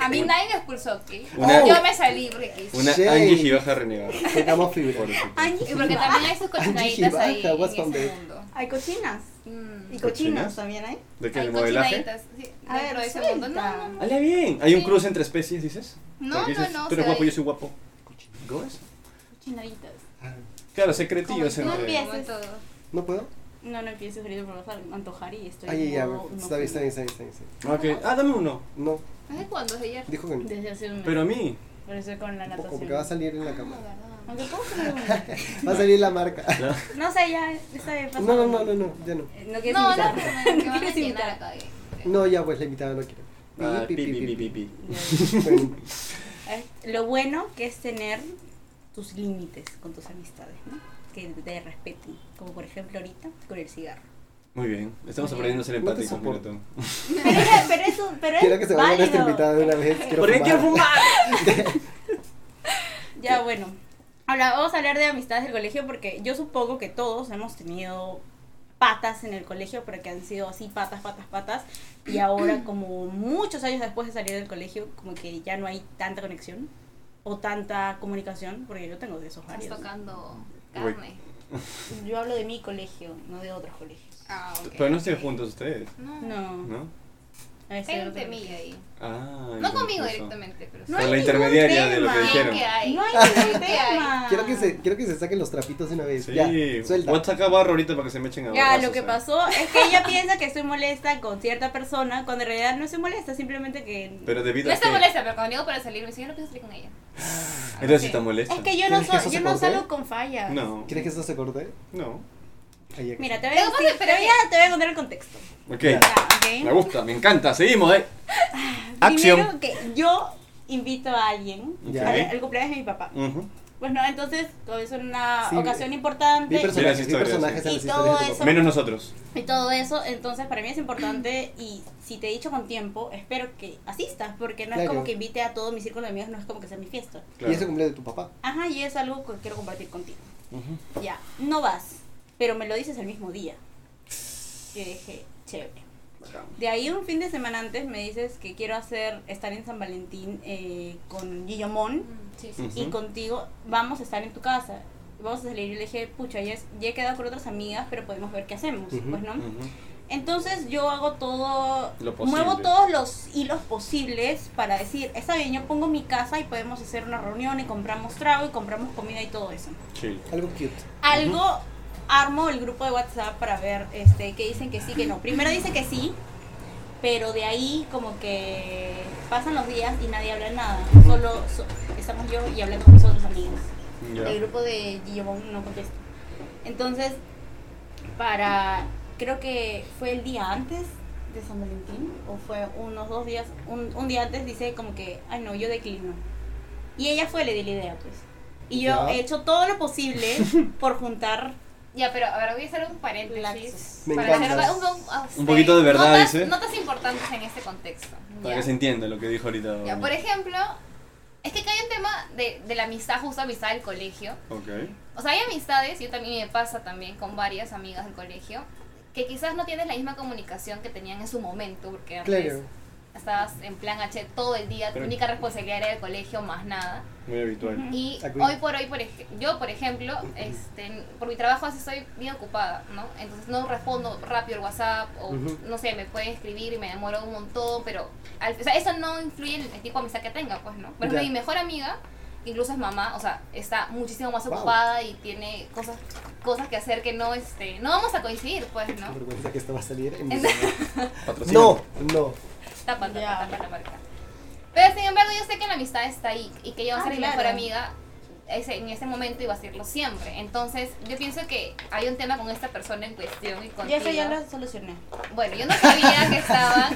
A mí nadie me expulsó, ¿ok? Una- Yo me salí, Ricky. Una Shade. Angie Gibaja renegada. Tocamos fibra. Por eso. Angie, Y porque también hay sus cochinaditas ahí Gibaja, what's en on ese that? mundo. Hay cochinas. Mm. Y cochinos ¿Cochinas? también hay. ¿De qué? Hay ¿El modelaje? cochinaditas, sí, A ver, dentro de ese suelta. mundo. No, no, no. Habla bien. Hay un Sí. cruce entre especies, dices. No, Porque dices, no, no, Tú eres se guapo, ve. yo soy guapo. ¿Cómo es? cochinaditas. Claro, sé creativo ese tú nombre. empiezas. Como todo. ¿No puedo? No, no empieces querido por bajar, antojar y estoy. Ay, ya, no- no está bien, está fui. bien, está bien, está bien. está bien. Ok. Ah, dame uno. No, ¿Desde cuándo? ¿Desde ayer? dijo que no. Desde hace un mes. Pero a mí. por eso con la Tampoco, natación. porque va a salir en la Ah, cámara. verdad. Aunque puedo poner un- Va a salir la marca. No sé, ya está bien. pasa. No, no, no, no, no, ya no. Eh, No quieres No, no, invitar. pero me- me van a quieres llenar invitar. acá. eh. No, ya, pues la invitada no quiere. Pi, Ah, pi, pi, pi, pi. Bueno, Eh, Lo bueno que es tener tus límites con tus amistades, ¿no? Que te respeten. Como por ejemplo ahorita con el cigarro. Muy bien. Estamos Muy aprendiendo a ser bien. No te empáticos, soporto. Minotauro. Pero, es- pero eso, pero es Quiero que se vaya válido. nuestra invitada de una vez. ¿Por qué quiero fumar? Ya bueno. Ahora, vamos a hablar de amistades del colegio porque yo supongo que todos hemos tenido patas en el colegio, pero que han sido así patas, patas, patas. Y ahora, como muchos años después de salir del colegio, como que ya no hay tanta conexión o tanta comunicación, porque yo tengo de esos Estás varios. tocando Uy. carne. Yo hablo de mi colegio, no de otros colegios. Ah, ok. Pero no estén juntos ustedes, No. no. No, ¿no? a este veces Hay yo un no tengo- temilla ahí. Ah, No conmigo eso. directamente, pero No Por hay la ningún intermediaria de lo que tema. dijeron. que hay. No hay ningún tema. Quiero que, se, quiero que se saquen los trapitos de una vez. Sí, Ya, voy a suelta. sacar barro ahorita para que se me echen a Ya, barrazos, lo que eh. pasó es que ella piensa que estoy molesta con cierta persona, cuando en realidad no estoy molesta, simplemente que... Pero debido No a está qué? molesta, pero cuando digo para salir, me dice, yo no pienso salir con ella. Entonces sí Ok. está molesta. es que yo no, ¿Crees que so- eso yo se no cortó? salgo con fallas. No, ¿Quieres que esto se corte? no. Ahí, aquí. Mira, te voy a Lo que pasa decir- es que- te voy a- te voy a contar el contexto. Ok, Ya. Ya, ¿ok? me gusta, me encanta, seguimos, eh. Primero que yo invito a alguien Ya. al, al cumpleaños de mi papá. Ujú. Bueno, entonces, como es una Sí, ocasión Vi importante personajes, personas. vi historias, personajes sí. en Y las historias de todo tu eso. papá. Menos nosotros. y todo eso, entonces para mí es importante y si te he dicho con tiempo, espero que asistas, porque no es Claro. como que invite a todo mi círculo de amigos, no es como que sea mi fiesta. Claro. Y ese cumpleaños de tu papá. Ajá, y es algo que quiero compartir contigo. Ujú. Ya, no vas, pero me lo dices el mismo día. Yo dije, chévere. De ahí un fin de semana antes me dices que quiero hacer estar en San Valentín eh, con Guillamón Mm, Sí, sí. Ujú. y contigo vamos a estar en tu casa. Vamos a salir y le dije, pucha, ya, es- ya he quedado con otras amigas, pero podemos ver qué hacemos. Ujú, Pues no. Ujú. Entonces yo hago todo, Lo posible. muevo todos los hilos posibles para decir, está bien, yo pongo mi casa y podemos hacer una reunión y compramos trago y compramos comida y todo eso Chill. Algo cute. algo armo el grupo de WhatsApp para ver este que dicen que sí, que no. Primero dice que sí, pero de ahí como que pasan los días y nadie habla nada. Solo so- estamos yo y hablando con mis otros amigos. Ya. El grupo de Gillobon no contesta. Entonces, para creo que fue el día antes de San Valentín o fue unos dos días, un, un día antes dice como que, ay no, yo declino. Y ella fue, le di la idea pues. Y yo Ya. he hecho todo lo posible por juntar Ya, pero a ver, voy a hacer un paréntesis. Laxos. Me para encanta. hacer un, un- Un poquito de verdad, notas, dice. Notas importantes en este contexto. Para Ya. que se entienda lo que dijo ahorita. Ya, por ejemplo, es que acá hay un tema de, de la amistad, justo amistad del colegio. Ok. O sea, hay amistades, yo también me pasa también con varias amigas del colegio, que quizás no tienes la misma comunicación que tenían en su momento, porque antes Claro. estabas en plan H todo el día, tu Pero- única responsabilidad era el colegio, más nada. Muy habitual. Y Agree. hoy por hoy, por ej- yo por ejemplo, este, por mi trabajo así estoy bien ocupada, ¿no? Entonces no respondo rápido el WhatsApp o Ujú. no sé, me pueden escribir y me demoro un montón, pero al- o sea, eso no influye en el tipo de amistad que tenga, pues, ¿no? Pero Ya. mi mejor amiga, que incluso es mamá, o sea, está muchísimo más Wow. ocupada y tiene cosas cosas que hacer que no este, no vamos a coincidir, pues, Qué ¿no? vergüenza que esto va a salir en Es- Patrocina. No, no. Tapa, tapa, Ya. tapa la marca. Pero sin embargo, yo sé que la amistad está ahí y que ella va a Ah, ser mi claro. mejor amiga ese- en ese momento y va a serlo siempre. Entonces, yo pienso que hay un tema con esta persona en cuestión y Ya contigo. eso ya lo solucioné. Bueno, yo no sabía que estaban.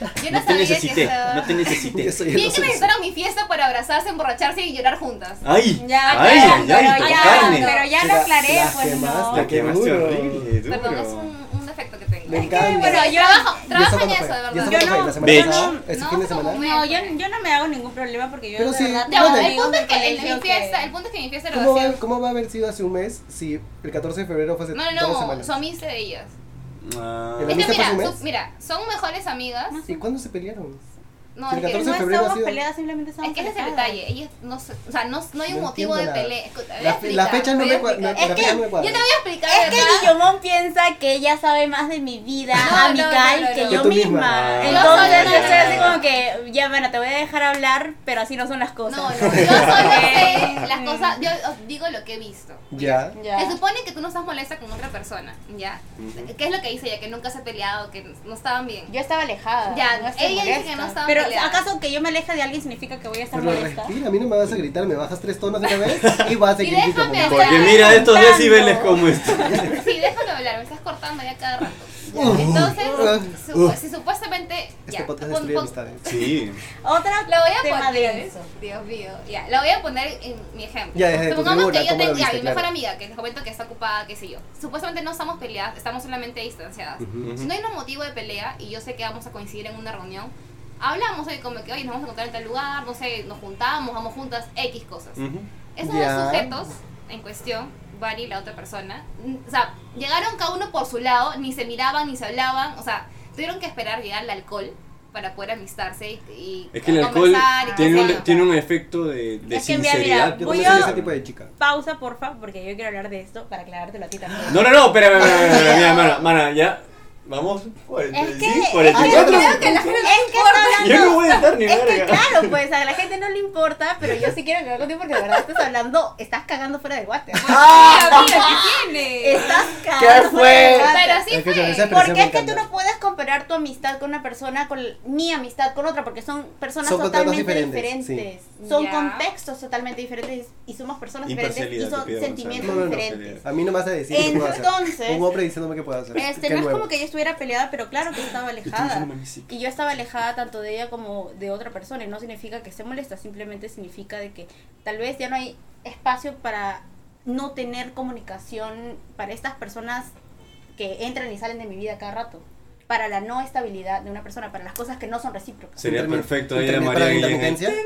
Yo no, No te sabía que necesité, estaban. no te necesité. Ah, Yo soy el ¿Quién que oso. necesitaron mi fiesta para abrazarse, emborracharse y llorar juntas? ¡Ay! Ya, ¡Ay, ay, pero, ay! pero ya, tocarme. pero ya lo La- aclaré, la pues no. quemaste. La quemaste Duro. horrible, duro. Perdón, es un, un defecto que tengo. Me encanta. bueno, yo- trabajo, ¿Y trabajo en cuándo fue? ¿Y eso, de eso verdad. Yo cuándo fue? no- ¿La semana Bitch. pasada? ¿Ese No, fin de como semana? un- No, yo, yo no me hago ningún problema porque yo Pero de sí, verdad no, tengo el el amigos punto es del que en colegio mi fiesta, el punto es que en mi fiesta de ¿Cómo va, graduación- ¿Cómo va a haber sido hace un mes si el 14 de febrero fue hace No, dos no, no, semanas? son mis de ellas. Ah, ¿El Es que amistad mira, fue su su- mes? mira, son mejores amigas. ¿Y cuándo se pelearon? No, El es que, 14 no de febrero ha estábamos sido- peleadas, simplemente estábamos es que ese es el enojadas. detalle. Ellas no se- o sea, no, no hay un No motivo de entiendo nada. pelea. Escu- te La, voy a fe- la explicar, fecha no te voy a me cuadra. explicar. Es la fecha que- no me cuadra. Yo te voy a explicar. Es que ¿verdad? Guillomón piensa que ella sabe más de mi vida No, no, amical no, no, que no. yo Que tú misma. misma. Ah. Entonces No, no, yo no, estoy no, así no. como que, ya bueno, te voy a dejar hablar, pero así no son las cosas. Eh, mm, No, no, yo solo sé las cosas. Yo os digo lo que he visto. Ya. Ya. Se supone que tú no estás molesta con otra persona, ¿ya? Ujú. ¿Qué es lo que dice ella? Que nunca se ha peleado, que no estaban bien. Yo estaba alejada. Ya, no estoy ella dice que no estaba Pero peleada. ¿acaso que yo me aleje de alguien significa que voy a estar Pero molesta? respira, a mí no me vas a gritar, me bajas tres tonos de una vez y vas a seguir déjame gritando. hablar. Porque mira estos Tanto. decibeles como estos. Sí, déjame hablar, me estás cortando ya cada rato. Uh, Entonces, uh, su- uh. si supuestamente. Este ya, podcast pon- destruye pon- amistades. Sí. Otra La voy a tema poner. denso. Dios mío. Ya, la voy a poner en mi ejemplo. Ya, desde tu Supongamos tribuna, que yo ¿cómo lo tengo ya, viste? mi mejor Claro. amiga, que les comento que está ocupada, qué sé yo. Supuestamente no estamos peleadas, estamos solamente distanciadas. Ujú. Si no hay un motivo de pelea y yo sé que vamos a coincidir en una reunión, hablamos de como que, oye, nos vamos a encontrar en tal lugar, no sé, nos juntamos, vamos juntas, X cosas. Ujú. Esos Ya. dos sujetos en cuestión, Barry y la otra persona, mm, o sea, llegaron cada uno por su lado, ni se miraban, ni se hablaban, o sea, tuvieron que esperar llegar el alcohol para poder amistarse y, y Es que el alcohol conversar y tiene todo. un, tiene un efecto de, de Es que mira, sinceridad. mira, Yo Voy también soy a- ese tipo de chica. Pausa, porfa, porque yo quiero hablar de esto para aclarártelo a ti también. No, no, no, espera, espera, espera, espera, mira, mana, mana, ya. Vamos, 45, es que 44. creo que la gente no importa. Yo no voy a estar ni Es que verga. claro, pues a la gente no le importa, pero yo sí quiero hablar contigo porque de verdad estás hablando, estás cagando fuera del water. Mira, mira, ¿qué tiene? Estás cagando fuera del fue? water. Pero sí Es que fue. esa- esa Porque me es que tú encanta. no puedes comparar tu amistad con una persona con mi amistad con otra, porque son personas Son contratos totalmente diferentes. diferentes, Son Ya. contextos totalmente diferentes y somos personas diferentes y Imparcialidad, son te pido, sentimientos Gonzalo. No, no, no. diferentes. A mí no me vas a decir qué puedo hacer. Entonces, Un hombre diciéndome qué puedo hacer. Este, Qué no es huevo. como que yo estuviera peleada, pero claro que estaba alejada. haciendo mamisica. Y yo estaba alejada tanto de ella como de otra persona. Y no significa que esté molesta, simplemente significa de que tal vez ya no hay espacio para no tener comunicación para estas personas que entran y salen de mi vida cada rato. Para la no estabilidad de una persona, para las cosas que no son recíprocas. Sería Internet- perfecto ahí de internet María para la Guillén. intermitencia.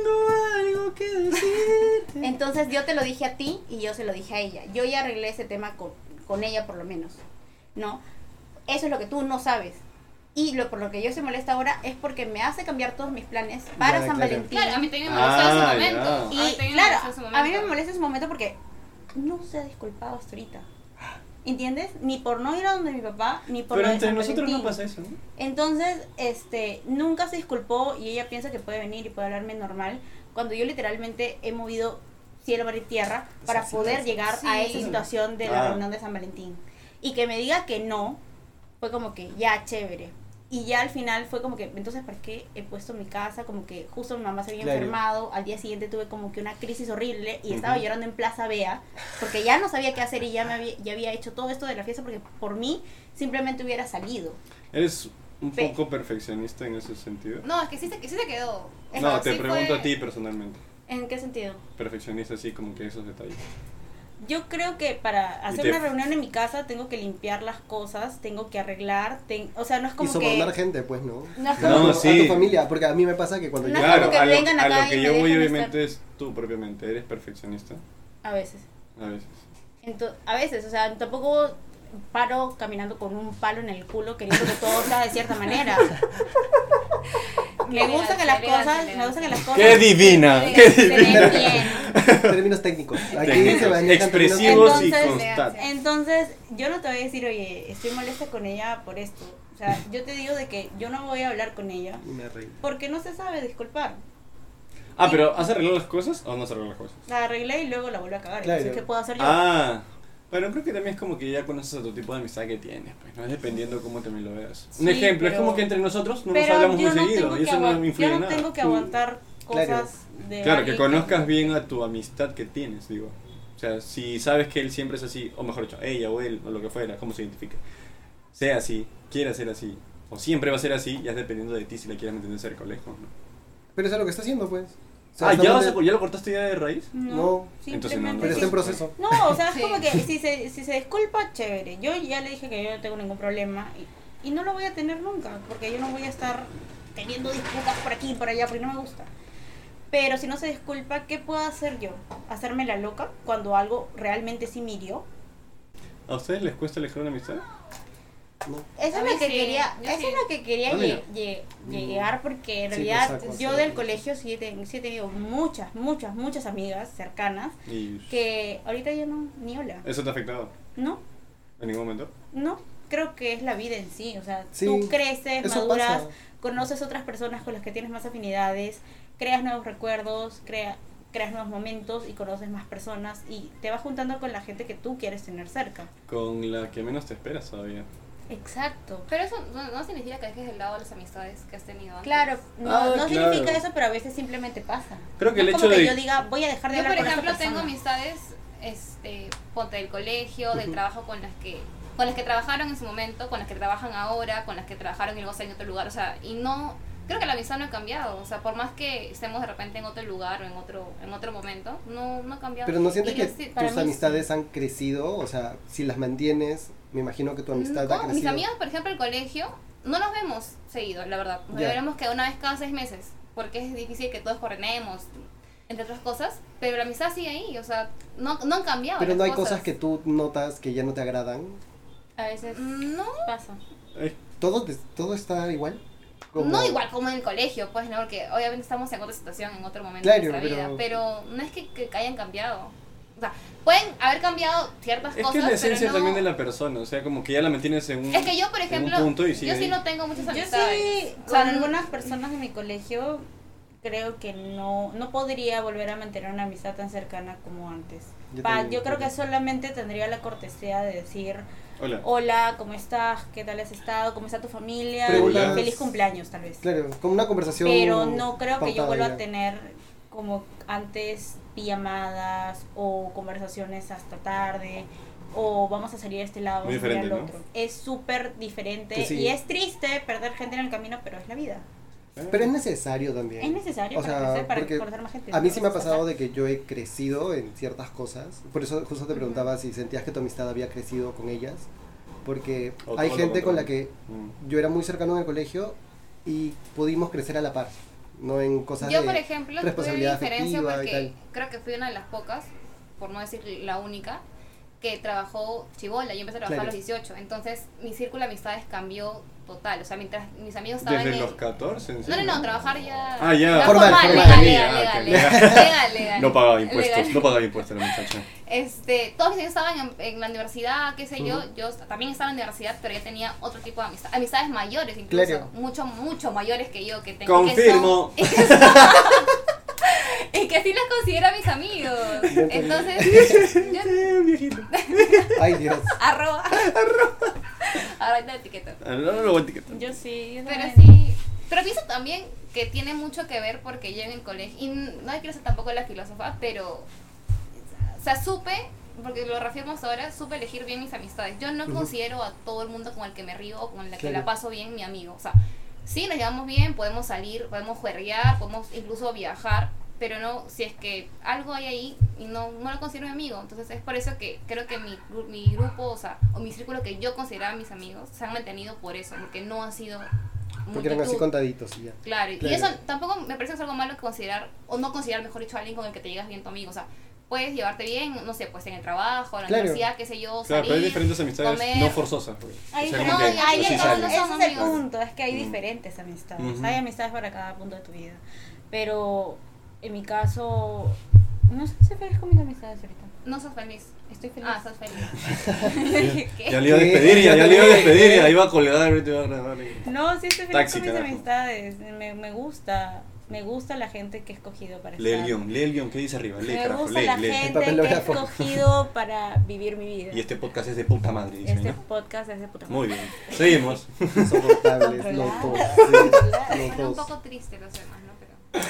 algo que decirte. Entonces yo te lo dije a ti y yo se lo dije a ella. Yo ya arreglé ese tema con, con ella por lo menos. ¿No? Eso es lo que tú no sabes. Y lo por lo que yo se molesta ahora es porque me hace cambiar todos mis planes para Ya, San claro. Valentín. Claro, a mí también me molestó en su Ah, momento. ya. Y A mí también me claro, molestó en su a mí me momento. molesta ese momento porque no se ha disculpado hasta ahorita. ¿Entiendes? Ni por no ir a donde mi papá, ni por Pero lo de entre San nosotros no Valentín. pasa eso, ¿no? Entonces, este, nunca se disculpó y ella piensa que puede venir y puede hablarme normal, cuando yo literalmente he movido cielo, mar y tierra Pues para poder llegar a esa Sí. situación de la Ah. reunión de San Valentín. Y que me diga que no, fue como que ya, chévere. Y ya al final fue como que, entonces, ¿para qué he puesto mi casa? Como que justo mi mamá se había Claro. enfermado, al día siguiente tuve como que una crisis horrible y estaba Ujú. llorando en Plaza Bea, porque ya no sabía qué hacer y ya, me había, ya había hecho todo esto de la fiesta porque por mí simplemente hubiera salido. Eres un Pe- poco perfeccionista en ese sentido. No, es que sí se, sí se quedó. No, O sea, te sí pregunto fue- a ti personalmente. ¿En qué sentido? Perfeccionista así como que esos detalles. Yo creo que para hacer te- una reunión en mi casa tengo que limpiar las cosas, tengo que arreglar, ten- o sea, no es Y como sobornar que... gente, pues, ¿no? No es No, como... Claro, A sí. tu familia, porque a mí me pasa que cuando No yo... es como claro, que a lo, vengan a acá lo que y yo me voy dejan obviamente es tú propiamente. Eres perfeccionista A veces. a veces. Ento- a veces, o sea, tampoco paro caminando con un palo en el culo queriendo que todo sea de cierta manera. me gusta que las Elegancia, cosas, elegancia. me gusta que las cosas divina! se se ven bien. Términos técnicos. Aquí se Técnicos, manejan términos expresivos y Entonces, constantes. Entonces, yo no te voy a decir, oye, estoy molesta con ella por esto. O sea, yo te digo de que yo no voy a hablar con ella Y me reí. porque no se sabe disculpar. Ah, pero ¿has arreglado las cosas o no has arreglado las cosas? La arreglé y luego la vuelvo a cagar. Claro. Entonces, ¿qué puedo hacer yo? Ah, bueno, creo que también es como que ya conoces a tu tipo de amistad que tienes, pues, ¿no? Es dependiendo cómo también lo veas. Un Sí, ejemplo, es pero- como que entre nosotros no nos Pero hablamos yo muy no, tengo seguido y que eso no aguan- influye yo en no nada. tengo que aguantar Claro. cosas de Claro, que alguien conozcas bien a tu amistad que tienes, digo. O sea, si sabes que él siempre es así, o mejor dicho, ella o él, o lo que fuera, cómo se identifica. Sea así, quiera ser así, o siempre va a ser así, ya es dependiendo de ti si la quieres mantener cerca o lejos. ¿no? Pero eso es lo que está haciendo, pues. O sea, Ah, está ¿ya, vas a- donde- ya lo cortaste ya de raíz? No, No, entonces no, no. simplemente Pero está en sí. proceso. no, o sea, es Sí. como que si se, si se disculpa, chévere. Yo ya le dije que yo no tengo ningún problema y, y no lo voy a tener nunca, porque yo no voy a estar teniendo disputas por aquí y por allá, porque no me gusta. Pero si no se disculpa, ¿qué puedo hacer yo? ¿Hacerme la loca cuando algo realmente sí me hirió? ¿A ustedes les cuesta elegir una amistad? Eso A es mí lo que sí, quería, yo eso sí. es lo que quería Ah, mira. lle- lle- llegar porque en Sí, realidad pues, saco, yo saco. del colegio sí he, ten- sí he tenido muchas, muchas, muchas amigas cercanas Y que ahorita ya no, ni hola, ¿Eso te ha afectado ¿no? en ningún momento? No, creo que es la vida en sí, o sea, Sí, tú creces, Eso maduras, pasa. conoces otras personas con las que tienes más afinidades, creas nuevos recuerdos, crea, creas nuevos momentos y conoces más personas y te vas juntando con la gente que tú quieres tener cerca. Con la que menos te esperas todavía. Exacto. Pero eso no, no significa que dejes de lado las amistades que has tenido antes. Claro, no, Ah, no claro. significa eso, pero a veces simplemente pasa. Creo que No el es hecho como de... que yo diga, voy a dejar de Yo, por hablar con ejemplo, esta tengo persona. amistades, este, ponte del colegio, del trabajo con las que con las que trabajaron en su momento, con las que trabajan ahora, con las que trabajaron y luego se han ido a otro lugar, o sea, y no creo que la amistad no ha cambiado, o sea, por más que estemos de repente en otro lugar o en otro en otro momento, no no ha cambiado. Pero no sientes Y que lo- sí, para tus mí amistades han crecido, o sea, si las mantienes, me imagino que tu amistad No, ha crecido. mis amigas, por ejemplo, el colegio, no nos vemos seguido, la verdad. Nos Ya. veremos que una vez cada seis meses, porque es difícil que todos coordinemos. entre otras cosas, pero la amistad sigue ahí, o sea, no, no han cambiado. Pero las no hay cosas que tú notas que ya no te agradan. A veces No, pasa. Ay, Todo, te- todo está igual. no igual como en el colegio, pues, ¿no? Porque obviamente estamos en otra situación, en otro momento Claro, de nuestra pero- vida, pero no es que, que hayan cambiado. O sea, pueden haber cambiado ciertas Es cosas, que es la pero esencia no- también de la persona, o sea, como que ya la mantienes en un, Es que yo, por en un ejemplo, punto y sigue yo sí ahí. no tengo muchas Yo amistades. sí, O con sea, algunas personas de mi colegio creo que no, no podría volver a mantener una amistad tan cercana como antes. Yo Yo, también, yo creo creo que que- solamente tendría la cortesía de decir, Hola. hola, ¿cómo estás? ¿Qué tal has estado? ¿Cómo está tu familia? Preguntas- Feliz cumpleaños tal vez. Claro, como una conversación. Pero no creo que yo pautada vuelva ya. a tener como antes llamadas o conversaciones hasta tarde o vamos a salir a este lado, Muy vamos a salir al diferente, otro. Es súper diferente Que sí. y es triste perder gente en el camino, pero es la vida. Eh, Pero es necesario también. Es necesario O para sea, crecer, para porque conocer más gente. A mí sí me ha pasado de que yo he crecido en ciertas cosas. Por eso justo te preguntaba si sentías que tu amistad había crecido con ellas. Porque O hay todo lo gente con la que contrario. Mm. yo era muy cercano en el colegio y pudimos crecer a la par. No en cosas Yo, de por ejemplo, tuve responsabilidad diferencia afectiva y porque tal. creo que fui una de las pocas, por no decir la única, que trabajó chivola. Yo empecé a trabajar Claro. a los 18, entonces mi círculo de amistades cambió total. O sea, mientras mis amigos estaban Desde en... los 14, en No, no, serio. no, trabajar ya... Ah, ya. ya Formal, formal. legal, Tenía, legal, ah, ok. legal, legal, legal, legal. No pagaba impuestos, Legal. no pagaba impuestos la muchacha. Este, todos mis amigos estaban en, en la universidad, qué sé yo, Ujú. yo también estaba en la universidad, pero ya tenía otro tipo de amistad, amistades mayores incluso, Claro. mucho, mucho mayores que yo que tengo. Confirmo. Que son- y que son- y que sí las considero mis amigos. también. Entonces, yo, Ay, Dios. arroba. Ahora la etiqueta. Ah, No, no lo voy a etiquetar. Yo sí, yo Pero también. sí, pero pienso también que tiene mucho que ver porque yo en el colegio, y no quiero ser tampoco la filósofa, pero, o sea, supe, porque lo reafirmamos ahora, supe elegir bien mis amistades. Yo no Ujú. considero a todo el mundo con el que me río o con la que Claro. la paso bien mi amigo. O sea, sí, nos llevamos bien, podemos salir, podemos juerguear, podemos incluso viajar. Pero no, si es que algo hay ahí y no, no lo considero mi amigo. Entonces es por eso que creo que mi, gru- mi grupo, o sea, o mi círculo que yo consideraba mis amigos, se han mantenido por eso, porque no han sido Porque eran así multitud. contaditos y ya. Claro, y Claro. eso tampoco me parece que es algo malo que considerar, o no considerar, mejor dicho, a alguien con el que te llegas bien tu amigo. O sea, puedes llevarte bien, no sé, pues en el trabajo, en la Claro. universidad, qué sé Claro, yo, salir, pero hay diferentes amistades comer. no forzosas. pues. Hay O sea, diferentes- como que no, así hay de ese todos sale. los son es el amigos. punto, es que hay Mm. diferentes amistades. Ujú. Hay amistades para cada punto de tu vida. Pero en mi caso, no sé si feliz con mis amistades ahorita. No sos feliz. Estoy feliz. Ah, estás feliz. ¿Qué? Ya le iba a Sí, despedir, ya, ya ya le iba a te- despedir, ya iba a colgar, ahorita iba a grabar. No, sí estoy feliz Taxi, con mis carajo. amistades. Me, me gusta. Me gusta la gente que he escogido para Lee el estar. guión, lee el guión, ¿qué dice arriba? Lee, Me carajo, gusta lee, la lee. gente que he papelógrafo. escogido para vivir mi vida. Y este podcast es de puta madre, dice, Este ¿no? podcast es de puta Muy bien, seguimos. Insoportables, los Controladas. dos. sí, Bueno, los un dos. poco triste los demás, ¿no? Pero...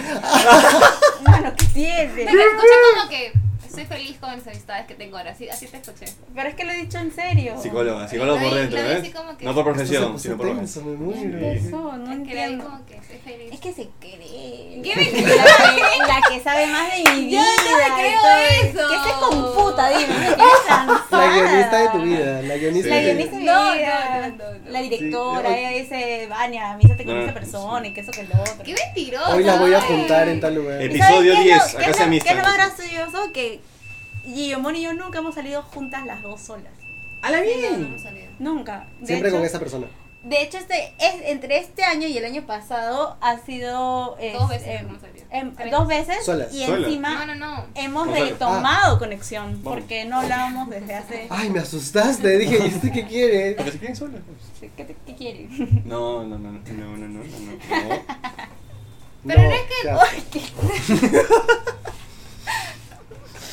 Mano, ¿qué tienes? Te escuché como que soy feliz con las amistades que tengo ahora. Así, así te escuché. Pero es que lo he dicho en serio. Psicóloga, psicóloga por Lo vi- dentro, lo vi ¿eh? así como que- No por Esto se profesión, puso sino por lo tenso, me Ya muero. empezó, no es que ahí entiendo. como que soy feliz. Es que se cree. ¿Qué La me- que- la que sabe más de mi Yo vida. no me y creo todo eso. ¿Qué se computa? Dime, me tienes cansada. La guionista de tu vida. La guionista Sí. La de tu guionista de mi No, vida. no, no, no, no. La directora, Sí. ella dice, Vania, amísate con No, esa persona y que eso que lo otro. ¡Qué mentirosa! Hoy la voy a Ay. juntar en tal lugar. Epi- ¿Y sabes Episodio qué es 10, lo- acá ¿Qué es se lo- amista. qué es lo más gracioso? Que Guillermo y yo nunca hemos salido juntas las dos solas. ¡A la No, no, no bien! me salió. Nunca. De Siempre hecho- con esa persona. De hecho, este, es, entre este año y el año pasado ha sido... es, Dos veces em, hemos salido. em, Tres. dos veces. Solas. Y Solas. encima... No, no, no. Hemos Gonzalo. retomado conexión Vamos. porque no hablábamos desde hace. Ay, me asustaste. Dije, ¿y este qué quiere? Porque se queden solas. pues. ¿Qué, te- qué quieres? No, no, no, no, no, no, no, no, no. Pero no es que- qué Ay, asco, qué-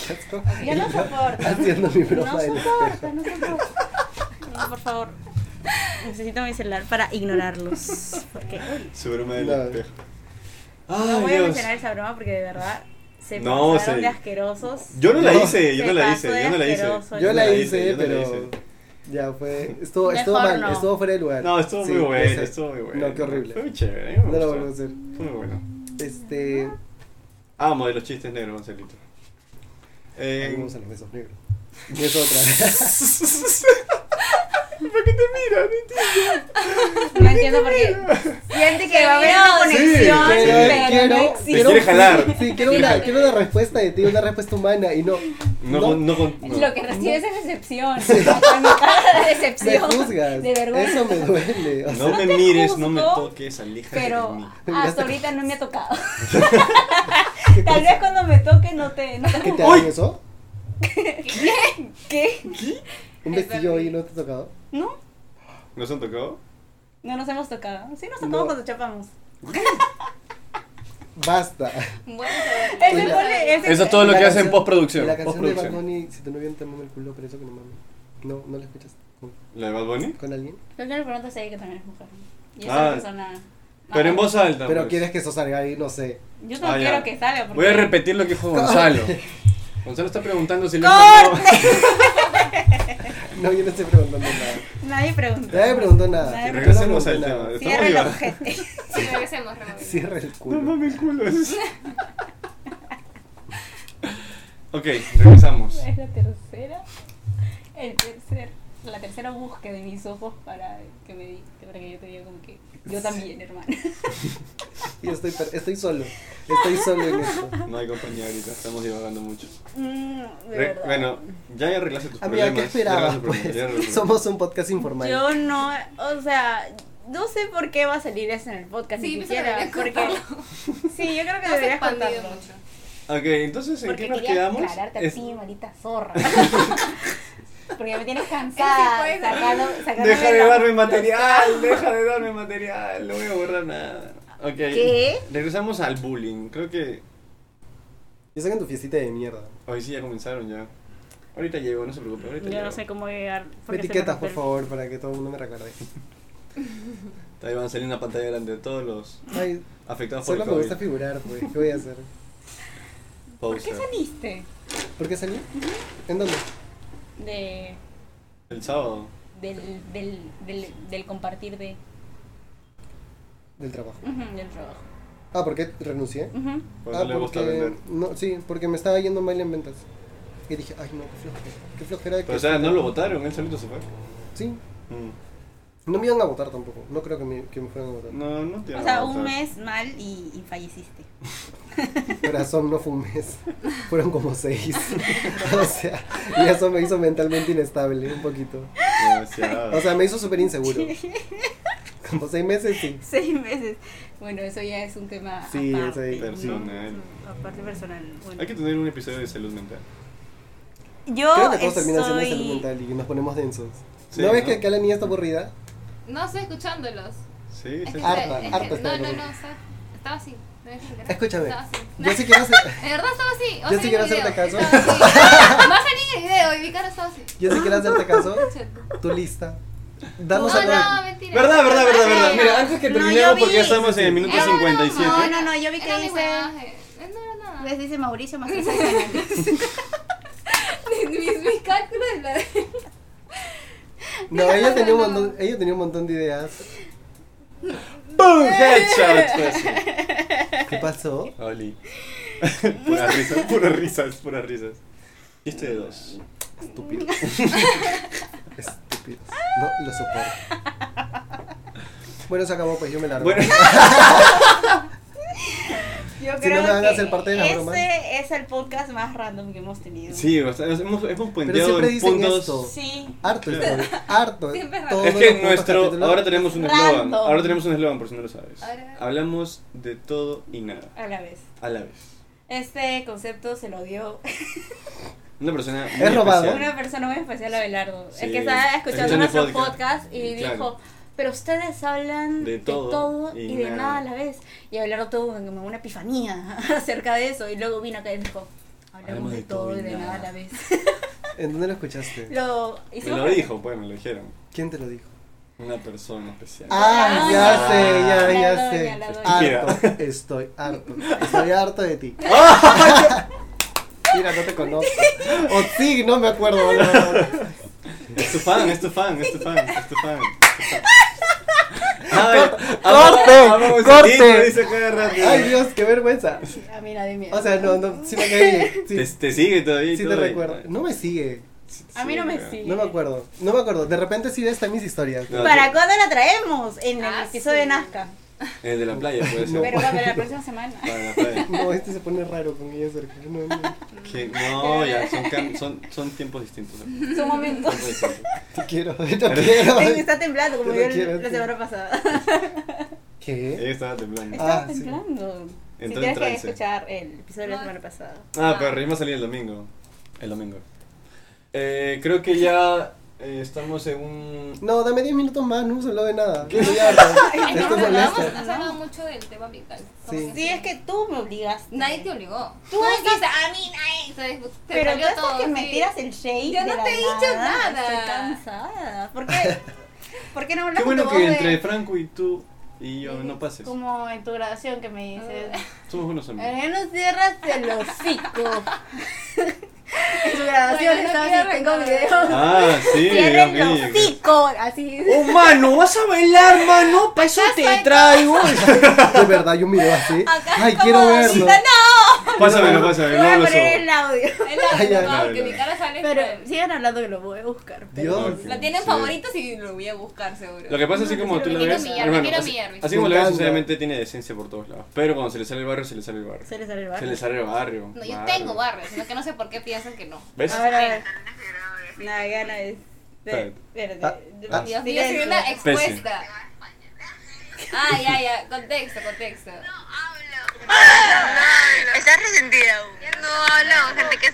qué asco. Ya no soporto. Haciendo mi broma No del soporto, no soporto. No, por favor. Necesito mi celular para ignorarlos. Porque uy, Su broma del No. espejo. no voy Ay, a Dios. mencionar esa broma porque de verdad se No, pasaron se- de asquerosos. Yo no la No. hice, yo Se no la pasó hice, de yo no la hice. asqueroso. Yo Yo la la hice, yo no la pero hice. ya fue. Estuvo, estuvo Mejor mal, no. estuvo fuera de lugar. No, estuvo Sí, muy puede bueno, ser. estuvo muy bueno. No, qué Fue muy horrible. chévere, a mí me No lo gustó. vuelvo a hacer. Fue muy bueno. Este. Amo de los chistes negros, Marcelito. Eh, Vamos a los besos negros. Y es otra. ¿Para qué te miran? No entiendo por qué. Siente que va a haber una Sí, conexión, pero pero quiero- no existe. Te quiere jalar. Sí, quiero una, quiero una respuesta de ti, una respuesta humana y no. No, con- no, con- no. Lo que recibes es decepción. Cuando cara de me decepción. juzgas. De vergüenza. Eso me duele. o sea, No me te mires, no me juzgo, toques, alíjate de Pero mí. hasta ahorita no me ha tocado. Tal vez cuando me toque no te. No te ¿Qué te ¡Uy! hagan eso? ¿Qué? ¿Un Es vestido verdad. ahí no te ha tocado? ¿No? ¿No se han tocado? No nos hemos tocado. Sí, nos No. tocamos cuando chapamos. Basta. Bueno, pero- El Oye, mejor de- ese- Eso es todo lo La que hace en canción- postproducción. La canción de Bad postproducción. Bunny, si te no te mama el culo, pero eso que no mames. No, no la escuchas con, ¿La de Bad Bunny? con alguien. Creo que le preguntas a ella que también es mujer. Y Ah. esa persona. Pero en voz alta. Pero pues. quieres que eso salga ahí, no sé. Yo no Ah, ya. quiero que salga. Porque Voy a repetir lo que dijo Gonzalo. Gonzalo está preguntando si le No, yo no estoy preguntando nada. Nadie pregunta. Nadie me preguntó nada. Nadie Yo no Regresemos al pregunté tema. nada. Estamos Cierra el viva. ojete. Sí, regresemos, regresemos. Cierra el No culo. mames, culo. ok, regresamos. Es la tercera. El tercer. La tercera búsqueda de mis ojos para que me di- para que yo te diga como que yo también, hermano. Yo estoy, per- estoy solo. Estoy solo en esto. No hay compañía ahorita, estamos divagando mucho. Mm, de Re- verdad. bueno, ya arreglaste tus Amiga, ¿qué problemas. ya esperabas? arreglaste tus problemas, ya arreglaste Pues? tus Somos un podcast informal. Yo no, o sea, no sé por qué va a salir eso en el podcast Sí, ni pues, siquiera, deberías porque contarlo. sí, yo creo que No se ha deberías expandido contarlo. mucho. problemas. Ok, entonces, ¿en Porque qué nos quería quedamos? aclararte Es- a ti, maldita zorra. porque me tienes Eso sí cansada puede ser. sacando, sacándome Deja de la- darme material, deja de darme material, no voy a borrar nada. Ok. ¿Qué? Regresamos al bullying. Creo que Yo sé que en tu fiestita de mierda. hoy sí ya comenzaron ya. Ahorita llego, no se preocupe, ahorita Yo llego. no sé cómo llegar. Me porque se etiquetas, rompe por el- favor, para que todo el mundo me recuerde. Ahí van a salir una pantalla grande de todos los Ay, afectados por el solo me COVID. gusta figurar, pues. ¿Qué voy a hacer? ¿Por qué Poster. saliste? ¿Por qué salí? ¿En dónde? De, El sábado. del, del, del, del compartir de, Del trabajo. ujú, del trabajo. Ah, ¿por qué renuncié? Ujú. Porque ah, Pues le gusta vender. no, sí, porque me estaba yendo mal en ventas. Y dije, ay no, qué flojera, qué flojera de que... Pero, o sea, no lo votaron, él solito se fue. Sí, Mm. no me iban a votar tampoco, no creo que me, que me fueran a votar. No, no O te van a sea, votar. un mes mal y, y falleciste. Corazón no fue un mes, fueron como seis. o sea, y eso me hizo mentalmente inestable, un poquito. Demasiado. O sea, me hizo súper inseguro. Como seis meses, sí. Seis meses. Bueno, eso ya es un tema Sí, es aparte. ahí, personal. Mm, Aparte personal. bueno. Hay que tener un episodio de salud mental. Creo Yo que todos terminan siendo salud estoy... mental y nos ponemos densos. Sí, ¿No ves ¿no? que acá la niña está aburrida? No estoy escuchándolos. Sí, Ah, Es sí. que sí. Harta, está- es que- harta está no, no, loco. no, está- estaba así. no es exagerar, Escúchame, Estaba así. yo sí quiero hacer... De verdad estaba así. Yo sí quiero hacerte caso. Más en el video y mi cara estaba así. Yo sí quiero hacerte caso, Chato. tú lista. No, Danos algo de- no, mentira. Verdad, verdad, verdad, verdad. Mira, antes que No, yo terminemos, vi- porque ya estamos en el minuto Eh, no, no, 57. No, no, no, yo vi que Era mi dice. huevaje. Eh, No era nada. Les dice Mauricio más Fernández. Mis, mis cálculos de la de... No, ella tenía un montón, ella tenía un montón de ideas. ¡Boom! Headshot. Fue así. ¿Qué pasó? Oli. puras risas, puras risas, puras risas. Chiste de dos. Estúpido. Estúpido. No lo soporto. Bueno, se acabó, pues yo me largo. Bueno, Yo Si creo no me van a que hacer parte de las ese bromas. es el podcast más random que hemos tenido. sí, o sea, hemos, hemos Pero puenteado siempre en dicen puntos. esto. Sí. Harto Claro. estoy. Harto. Siempre es Todos Es los que putos nuestro. capítulos. Ahora tenemos un eslogan. Random. Ahora tenemos un eslogan, por si no lo sabes. Ahora- Hablamos de todo y nada. A la vez. A la vez. Este concepto se lo dio Una persona. muy Es robado. especial. una persona muy especial a Belardo. Sí. El que estaba escuchando Escuchando nuestro el podcast, podcast. y Claro. dijo, pero ustedes hablan De de todo, todo y, y de nada. nada". a la vez. Y Abelardo tuvo como una epifanía acerca de eso. Y luego vino acá y dijo, hablamos de, todo y de nada a la vez. ¿En dónde lo escuchaste? lo Me hicimos. lo dijo, pues me lo dijeron. ¿Quién te lo dijo? Una persona especial. Ah, ya Ah. sé, ya, La ya doy, la doy. sé. Estúpida. Harto. Estoy harto. Estoy harto de ti. Ah. Mira, no te conozco. O sí, no me acuerdo. no, no, no. Es tu fan, es tu fan, es tu fan, es tu fan. Ay, corte, corte. Dice cada rato. Ay, Dios, qué vergüenza. Ah, A mí nadie me O sea, no, no, sí me cae bien. Te, Sí, te sigue todavía. y sí te todo, y- Ah, recuerdo. No me sigue. A mí no me weón. sigue. No me acuerdo, no me acuerdo. De repente sí ves también mis historias. No, ¿Para sí. cuándo la traemos? En el Ah, episodio de sí. Nazca. El de la playa puede ser. No. Pero va a ver la próxima semana. Para la playa. No, este se pone raro con ella cerca. No, no, Que- No, ya, son, cam- son, son tiempos distintos. Son Su momento. tiempos distintos. te quiero, te quiero. Ay, me está temblando como Yo yo no quiero, la sí. semana pasada. Ah, ¿Qué? Ella estaba temblando. Ah, Estaba sí. temblando. Si Entró tienes que en trance. escuchar el episodio de la No. semana pasada. Ah, pero reímos salir el domingo. El domingo. Eh, creo que ya eh, estamos en un. No, dame 10 minutos más, no hemos hablado de nada. ¿Qué? Ya, ya, Ay, no, Esto no, hablamos- molesta. Nos hablamos mucho del tema ambiental. como Sí. Sí, es que tú me obligaste. Nadie te obligó. Tú Nadie estás- dice, a mí nadie. Entonces, pues, te Pero tú salió estás todo, que me sí. tiras el shade. Yo no de la te he dicho nada. nada. Estoy cansada. ¿Por qué? ¿Por qué no hablas Qué bueno con tu que voz de- entre Franco y tú y yo no pases. Como en tu grabación que me dices. Somos buenos Ah. amigos. "Eh, no cierras el hocico. en su grabación Bueno, no estaba quiero así, tengo recordar. video. Ah, sí, Dios Cierren el mío. hocico. Así. Oh, mano, vas a bailar, mano. Para eso te traigo. De verdad, yo miro así. Ay, quiero verlo. Pásamelo, pásamelo. Voy a No lo poner sobo. el audio. Es la Ay, ya, no, no, que no. mi cara sale. Pero sigan hablando que lo voy a buscar. pero- Dios. Ok, La tienen sí. favoritos y lo voy a buscar seguro. Lo que pasa es así como tú lo Me quiero ves, humillar, me hermano, quiero así, humillar, me así como lo ves, encanta. sinceramente tiene decencia por todos lados. Pero cuando se le sale el barrio, se le sale el barrio. Se les sale el Se barrio. le sale el barrio. No, yo tengo barrio, sino que no sé por qué piensan que no. ¿Ves? A ver, a ver. Nada, gana es. Espérate. Ah, ah. espérate. Dios mío, soy Silencio. una expuesta. Ah, ya, ya, contexto, contexto. Estás resentida aún. No hablo con gente que se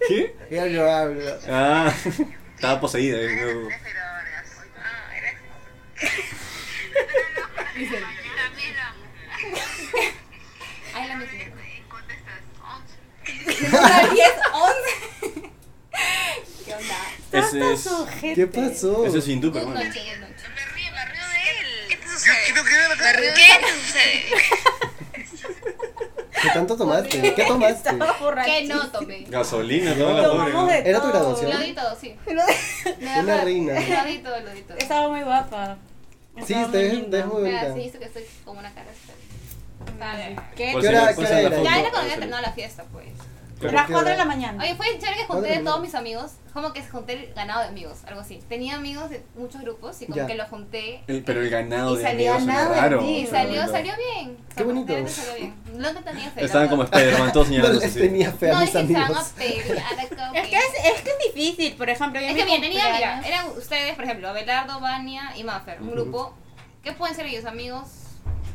Pero ¿Qué? Ya yo hablo. Ah, estaba poseída. eh, no. Ah, Ay, la metí. Ese es- ¿Qué pasó? Ese es hindú, pero Good bueno. noche, good noche. Me río, me río de él. ¿Qué te sucede? Yo, que la cara. ¿Qué te sucede? ¿Qué tanto tomaste? ¿Qué tomaste? Estaba borracha. Que no tomé. Gasolina, toda la pobre. Tomamos ¿no? de ¿Era tu todo. graduación? Lo di todo, sí. Me da Una ra- reina. Lo di todo, lo di todo. Estaba muy guapa. Sí, Estaba te ves- linda. te ves muy Mira, bonita. sí, hizo que estoy como una cara. Vale. ¿Qué? Por ¿Qué si hora- le qué pasan hora la era? foto, Ya era cuando había ese- terminado la fiesta, pues. A pues Pero las qué 4 de hora. la mañana. Oye, fue chévere que Madre junté mía. todos mis amigos. Como que junté ganado de amigos, algo así. Tenía amigos de muchos grupos y como Ya. que los junté. El- pero el ganado Y de salió amigos suena nada de raro. mí, Y suena salió, raro. salió bien. O sea, Qué bonito. realmente Salió bien. No te tenía fe. la Estaban como verdad. Spiderman, todos No señalándose les así. tenía fe a No, mis dije que se van a amigos. pelear acá, ok. Es que es, es que es difícil, por ejemplo, yo Es en que mi bien, tenía, mira, cumpleaños- eran ustedes, por ejemplo, Abelardo, Vania y Maffer, un Ujú. grupo. ¿Qué pueden ser ellos? Amigos,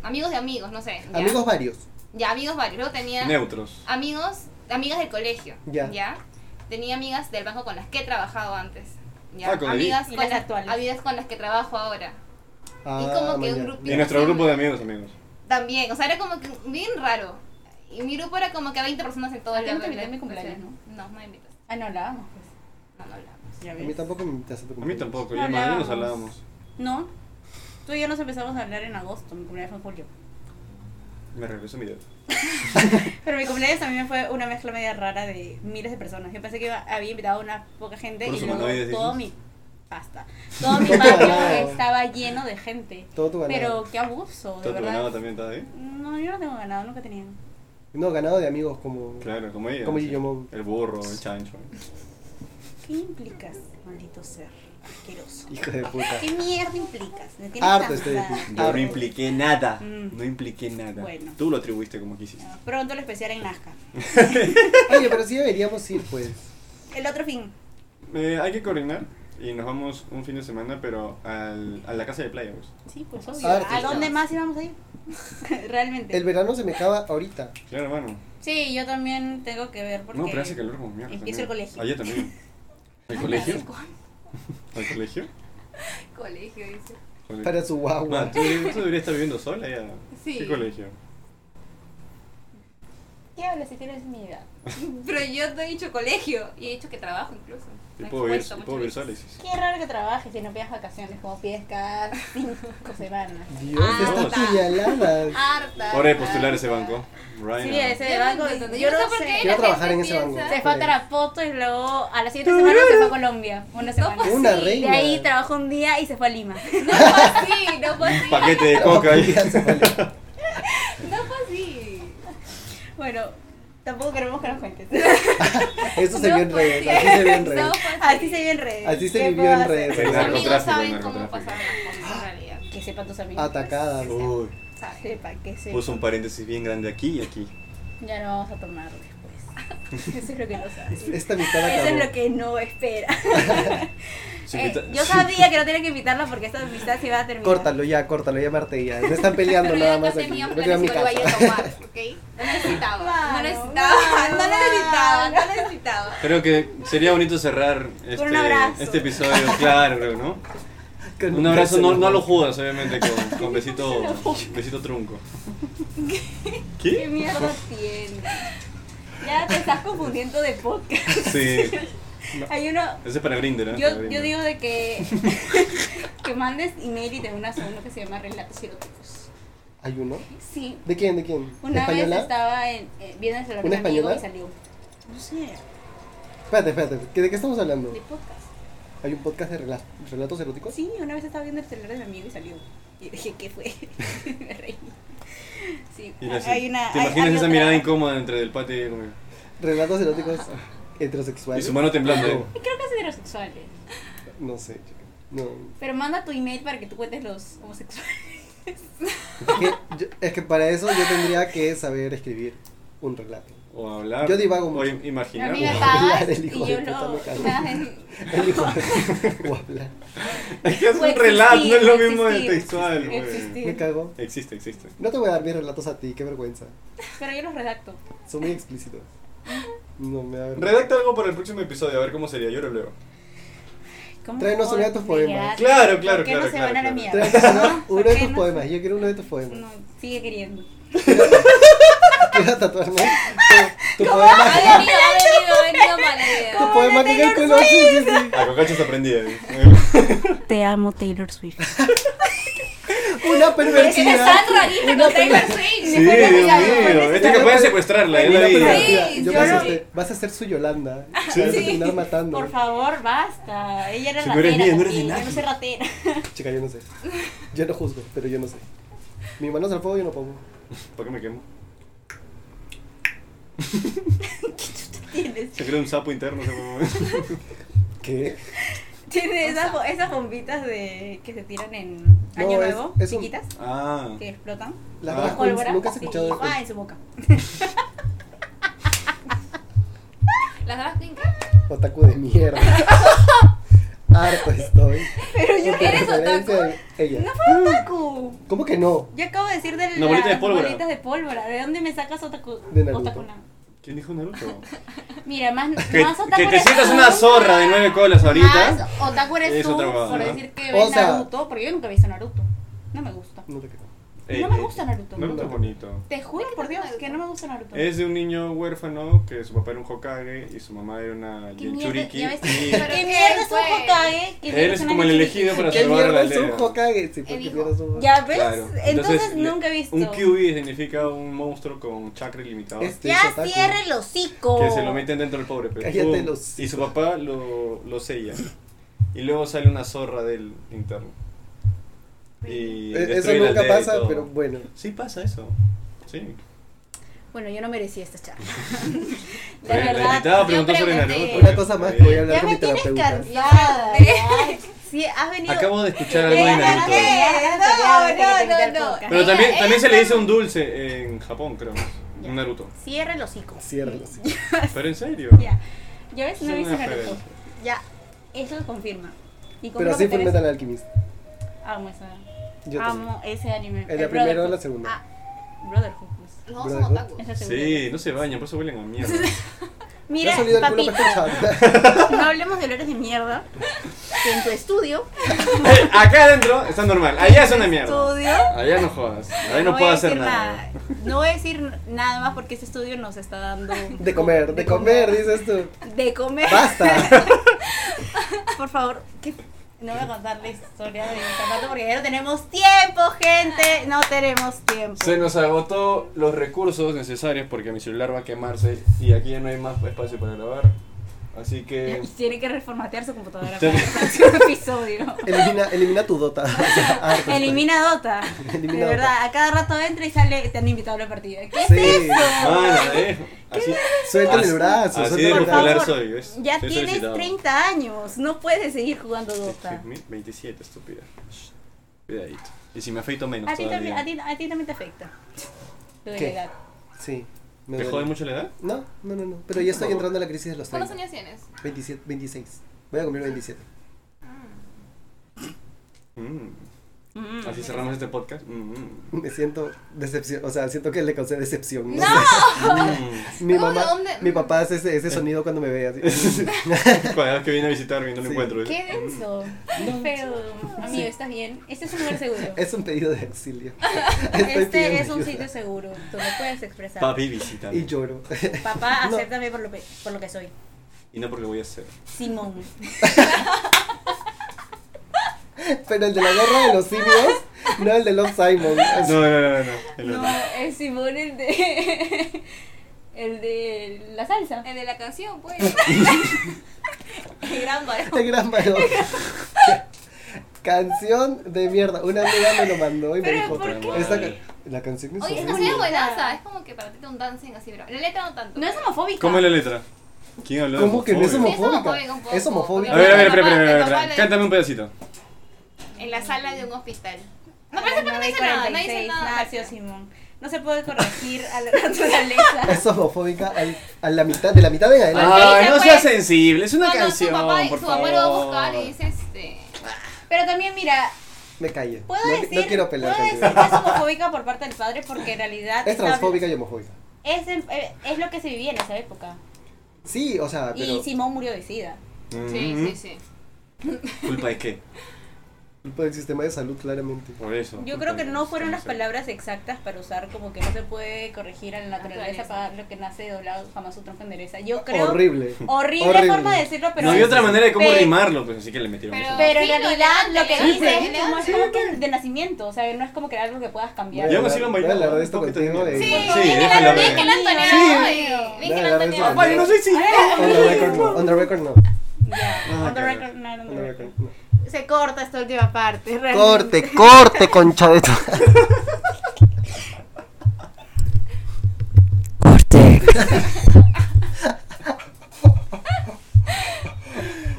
amigos de amigos, no sé. ¿ya? Amigos varios. Ya, amigos varios. Luego tenía Neutros. Ah, amigos, amigas del colegio. Ya. Tenía amigas del banco con las que he trabajado antes. Ya. Ah, con amigas Edith. Y con las actuales. amigas con las que trabajo ahora. Ah, como que un mañana. grupito. Y nuestro grupo de amigos, amigos. También, o sea, era como que bien raro. Y mi grupo era como que 20 personas en todo Ah, el tú no te la- invité a mi la- cumpleaños, No, no me invitas. Ah, no, la vamos. pues. No, no hablamos. Ya A mí tampoco me invitas a tu A mí cumpleaños. tampoco, No ya más bien nos hablábamos. hablábamos. No. Tú y yo nos empezamos a hablar en agosto, mi cumpleaños fue en julio. Me regreso mi dedo. Pero mi cumpleaños también fue una mezcla media rara de miles de personas. Yo pensé que iba- había invitado a una poca gente Puros y luego humanoides, todo dices. mi pasta. Todo mi ganado. patio estaba lleno de gente. Todo tu ganado. Pero qué abuso, de Todo tu ganado verdad. también estaba ahí. No, yo no tengo ganado, nunca tenía. No, ganado de amigos como. Claro, como ella. Como sí. Guillermo. El burro, el chancho. ¿Qué implicas, maldito ser? Asqueroso. Hijo de puta. ¿Qué mierda implicas? Me tienes Harto estoy. cansada. Yo no Harto. impliqué nada. Mm. No impliqué nada. Bueno. Tú lo atribuiste como quisiste. Pronto el especial en Nazca. Oye, pero sí deberíamos ir, pues. El otro fin. Eh, hay que coordinar y nos vamos un fin de semana, pero al, a la casa de playa, pues. Sí, pues Ah, obvio. ¿A artistas. dónde más íbamos a ir? Realmente. El verano se me acaba ahorita. Claro, hermano. Sí, yo también tengo que ver porque. No, pero hace calor como mierda. empiezo el colegio. Allá también. ¿Al colegio? Ay, con- ¿Al colegio? Colegio, dice. Colegio. Para su guagua. Ma, tú, tú deberías estar viviendo sola ya. Sí. ¿Qué colegio? ¿Qué hablas si tienes mi edad? Pero yo te he dicho colegio y he dicho que trabajo incluso. Y Me puedo he vivir, expuesto y muchas puedo vivir veces. sola, dices. Qué raro que trabajes y no pidas vacaciones como pides cada cinco semanas. Dios, Ah. está puñalada. Harta. Hora de postular ese banco. Right Sí, now. ese Yo no banco. entiendo, Yo no sé no por qué sé. Quiero la trabajar en gente ese banco. piensa- Se fue a Tarapoto y luego a la siguiente semana se fue a Colombia. Una semana. pues, Una sí, De reina. ahí trabajó un día y se fue a Lima. No fue así, no fue así. Paquete de coca ahí. Ya se vale. No fue así. Bueno, Tampoco queremos que nos cuentes. Eso se No vio en redes, puede así ser. se vio en No redes. puede Así ser. se vio en redes. Así se ¿Qué vivió puedo en hacer? redes. Tus amigos Narcotráfico, saben cómo narcotráfico. pasaron las cosas en realidad. Que sepan tus amigos. Atacada. Uy, Saben. Sepa, que sepa. Pues, puso un paréntesis bien grande aquí y aquí. Ya no vamos a tomar después. Eso es lo que no sabes. Esta amistad Eso es lo acabó. que no espera. Su Eh, invita- yo sabía que no tenía que invitarla porque esta amistad se iba a terminar. Córtalo ya, córtalo ya, Marte, ya. No están peleando Pero nada yo no más aquí. tenía Yo planes quiero a mi igual vaya a casa. tomar, ¿ok? No necesitaba. No Mano, necesitaba. mano, No necesitaba. No necesitaba. Creo que sería bonito cerrar Con este, un abrazo. este episodio, claro, creo, ¿no? Con Un abrazo, no, beso, no a los Judas, obviamente, con, con besito, besito trunco. ¿Qué mierda tiene? Ya te estás confundiendo de podcast. Sí, Hay uno. ese es para Grindr, ¿eh? Para Yo, yo Grindr. digo de que. que mandes email y te unas a uno que se llama Relatos Eróticos. ¿Hay uno? Sí. ¿De quién? ¿De quién? Una ¿Española? vez estaba en, eh, viendo el celular ¿Una de un amigo española? y salió. No sé, Espérate, espérate. ¿qué- ¿De qué estamos hablando? de podcast. ¿Hay un podcast de rela- relatos eróticos? Sí, una vez estaba viendo el celular de mi amigo y salió. Y dije, ¿qué fue? Me reí. Sí. Y la- Hay una- ¿Te hay- imaginas hay esa otra. mirada incómoda entre el patio y ella como que- Relatos eróticos Ah. heterosexuales. Y su mano temblando. ¿eh? Y creo que es heterosexuales. No, no sé, chica. No. Pero manda tu email para que tú cuentes los homosexuales. Es que, yo- es que para eso yo tendría que saber escribir un relato. O hablar. Yo divago O mucho. im- imaginar. A mí me o- pasa. Ah, el y hijo yo de puta lo. me cago. tú me haces- El hijo de- o hablar. Es que es O un existir, relato, no es lo mismo de existir, textual, güey. existir. Me cago. Existe, existe. No te voy a dar mis relatos a ti, qué vergüenza. Pero yo los redacto. Son muy explícitos. No me da vergüenza. Redacta algo para el próximo episodio, a ver cómo sería, yo lo leo. ¿Cómo Tráenos puedo uno de tus olvidar? poemas. Claro, claro, ¿Por qué claro. no se claro, van a la claro. mierda? Tráenos uno de qué tus no? poemas. Yo quiero uno de tus poemas. No, sigue queriendo. Quiero tatuarme tu, tu poema. Ha venido, ha venido, ha venido mala idea. Tu poema que calculó. Sí, sí, sí. A cocachos Ah, aprendí. ¿eh? Te amo, Taylor Swift. Una Que te pervertida. están rarita con Taylor Swift. Sí, Dios mío. Este que pueden secuestrarla, Ay, es una la vida. pervertida. Sí, yo yo me lo- asusté. Vas a ser su Yolanda. Te Vas a terminar matando. Por favor, basta. Ella era Si no ratera. eres mía, no eres de también. nadie. Yo no soy ratera. Chica, yo no sé. Yo no juzgo, pero yo no sé. Mi mano al fuego yo no pongo. ¿Por qué me quemo? Tienes, Se creó un sapo interno. se fue. ¿Qué? tienes esas, bo- esas bombitas de que se tiran en No, Año es- Nuevo, es un- chiquitas, Ah. que explotan. Las Ah. drag queens, Pólvora. nunca has escuchado Sí. de Ah, en su boca. Las drag queen, ¿qué? otaku de mierda. Harto estoy. Pero yo Porque eres referencia otaku. de Ella. No fue otaku. ¿Cómo que no? Yo acabo de decir de Una bolita de las pólvora. bolitas de pólvora. ¿De dónde me sacas otaku? De Naruto. otakuna? ¿Quién dijo Naruto? Mira, más, Que, más otaku que te eres sientas tú. una zorra de nueve colas ahorita. Más otaku eres Es tú otra huevada, por ¿no? decir que O ves sea- Naruto, porque yo nunca he visto Naruto. No me gusta. No te creo. Ey, no me ey, gusta Naruto. Naruto es bonito. Te juro por Dios que no me gusta Naruto. Es de un niño huérfano que su papá era un Hokage y su mamá era una ¿Qué mierda? Jinchuriki. Ya ves, y pero- ¿Qué mierda es un Pues, E Hokage? ¿Qué Él mierda es una como el Mitsubishi? elegido para ¿Qué salvar a mierda la es un aldea. Hokage? Sí, porque Él dijo, mierda es un ¿Ya ves? Claro. Entonces, le- nunca he visto. Un QB significa un monstruo con chakra ilimitado. Este es Ya otaku. cierre el hocico. Que se lo meten dentro del pobre. Pero, Cállate ¡pum! los- Y su papá lo, lo sella. Y luego sale una zorra del interno. Y Eh, Eso destruye la nunca aldea y pasa, todo. pero bueno. Sí pasa eso. Sí. Bueno, yo no merecía esta charla. La Eh, verdad, la invitada yo preguntó sobre pregunté. Naruto. Una cosa más que voy a hablar Ya con mi me tienes terapeuta. cansada. ya. Sí, has venido. Acabo de escuchar algo de Ya, ya, Naruto. ya. no, eh, no, Pero también, también se le dice un dulce en Japón, creo. Un Naruto. Cierra el hocico. Ciérralo. Pero en serio. Ya. Ya ves, no Es viste una Naruto. fe- Ya. Eso lo confirma. Y Pero confirma así que fue eres- Metal Alchemist. Amo esa. Yo también. Amo ese anime. En El la primera o Brotherhood. la segunda. Brotherhood. pues. No, son otakus. Esa Sí, no se bañan, por eso huelen a mierda. Me ha Mira, salido el culo papito, para no hablemos de olores de mierda. Que en tu estudio, Eh, Acá adentro está normal. Allá es una mierda. Estudio. Allá no jodas. Allá no voy puedo a hacer decir nada. No voy a decir nada más porque este estudio nos está dando. De comer, de comer, dices tú. De comer. ¡Basta! Por favor, ¿qué? no voy a contar la historia de Fernando porque ya no tenemos tiempo, gente. No tenemos tiempo. Se nos agotó los recursos necesarios porque mi celular va a quemarse y aquí ya no hay más espacio para grabar. Así que. Tiene que reformatear su computadora Sí. para el próximo episodio. Elimina, elimina tu dota. o sea, harto pues. está. Elimina Dota. Elimina de Dota. verdad, a cada rato entra y sale, te han invitado a la partida. ¿Qué es Sí, Mano, eh. Así, suéltale así- el brazo. Así suéltale de el Por popular favor, soy. ¿ves? Ya Soy tienes solicitado. 30 años, no puedes seguir jugando Dota. 27, estúpida. Shh, Cuidadito. Y si me afeito menos A ti, también, todavía. a, ti, a ti también te afecta. Lo de ¿Qué? la edad. Sí. me ¿Te duele. jode mucho la edad? No, no, no, no. Pero ya estoy entrando a la crisis de los ¿Cuántos 30. años tienes? 27, 26. Voy a cumplir 27. Mm. Mm. Así cerramos este podcast. Mm, mm. Me siento decepción, o sea, siento que le causé decepción. No. Mm. Mi ¿Cómo? mamá, ¿Dónde? mi papá hace ese, ese sonido cuando me ve así. Cada vez que viene a visitarme y no lo Sí. encuentro. ¿eh? Qué denso. Qué feo. Amigo, ¿estás bien? Este es un lugar seguro. es un pedido de auxilio. Estoy Este pidiendo es un ayuda. sitio seguro. Tú lo puedes expresar. Papi, visita. Y lloro. Papá, No. acéptame por, lo pe- por lo que soy. Y no porque voy a hacer. Simón. Pero el de la guerra de los simios, no el de Love Simon. Así. No, no, no, no. El Ah, No, otro. es Simón el de. El de la salsa. El de la canción, pues. El gran varón. El este gran valor. Canción de mierda. Una amiga me lo mandó y me Pero, dijo. ¿por qué? "Esta ca- la canción es Oye, esa horrible". canción es buenaza. Es como que para ti te un dancing así, pero la letra no tanto. No es homofóbica. ¿Cómo es la letra? ¿Quién habló de ¿Cómo que no es homofobia? homofóbica? homofóbica? homofóbica un poco. Es homofóbica. A ver, a ver, Mi papá- espera, espera, mi espera, papá espera. le- Cántame un pedacito. En la sala de un hospital. No, No, pero ese no dice nada, no dice nada. Nació Simón. No se puede corregir a la naturaleza. Es homofóbica al- a la mitad, de la mitad en adelante. Ah, dice, no seas pues. sensible, es Cuando su papá, su papá lo va a buscar y dice este. Pero también, mira, Me callo. puedo no, decir. no quiero pelear puedo contigo. decir que es homofóbica por parte del padre porque en realidad. Es transfóbica y homofóbica. Es, en- eh, es lo que se vivía en esa época. Sí, o sea, Ah, pero Y Simón murió de sida. Sí, Mm, sí, sí. ¿Culpa de qué? por el sistema de salud claramente. Por eso. Yo culpa creo que de- no fueron las sé. palabras exactas para usar como que no se puede corregir Ah, a la naturaleza Naturaleza. para lo que nace doblado jamás su tronco endereza. Yo creo Horrible. horrible, Horrible. forma de decirlo, pero No había otra manera de cómo Pe- rimarlo, pues así que le metieron Pero- eso. Pero en Sí, lo realidad levantan, lo que levantan, dice pues. es levantan. como, es como pues. que de nacimiento, o sea, no es como que algo que puedas cambiar. Yo me Voy a sigo hablar- voy a bailando. hablar de esto Un poquito contigo de- de- Sí, Sí, déjala, déjala ver. déjala Sí. Antonella. Déjala Déjala ver Antonella. su papá. Vale, no soy simple. On the record no. On the record no. Ah, On the claro. record, no, no, no. On the record no. Se corta esta última parte. realmente. Corte, corte, concha de tu.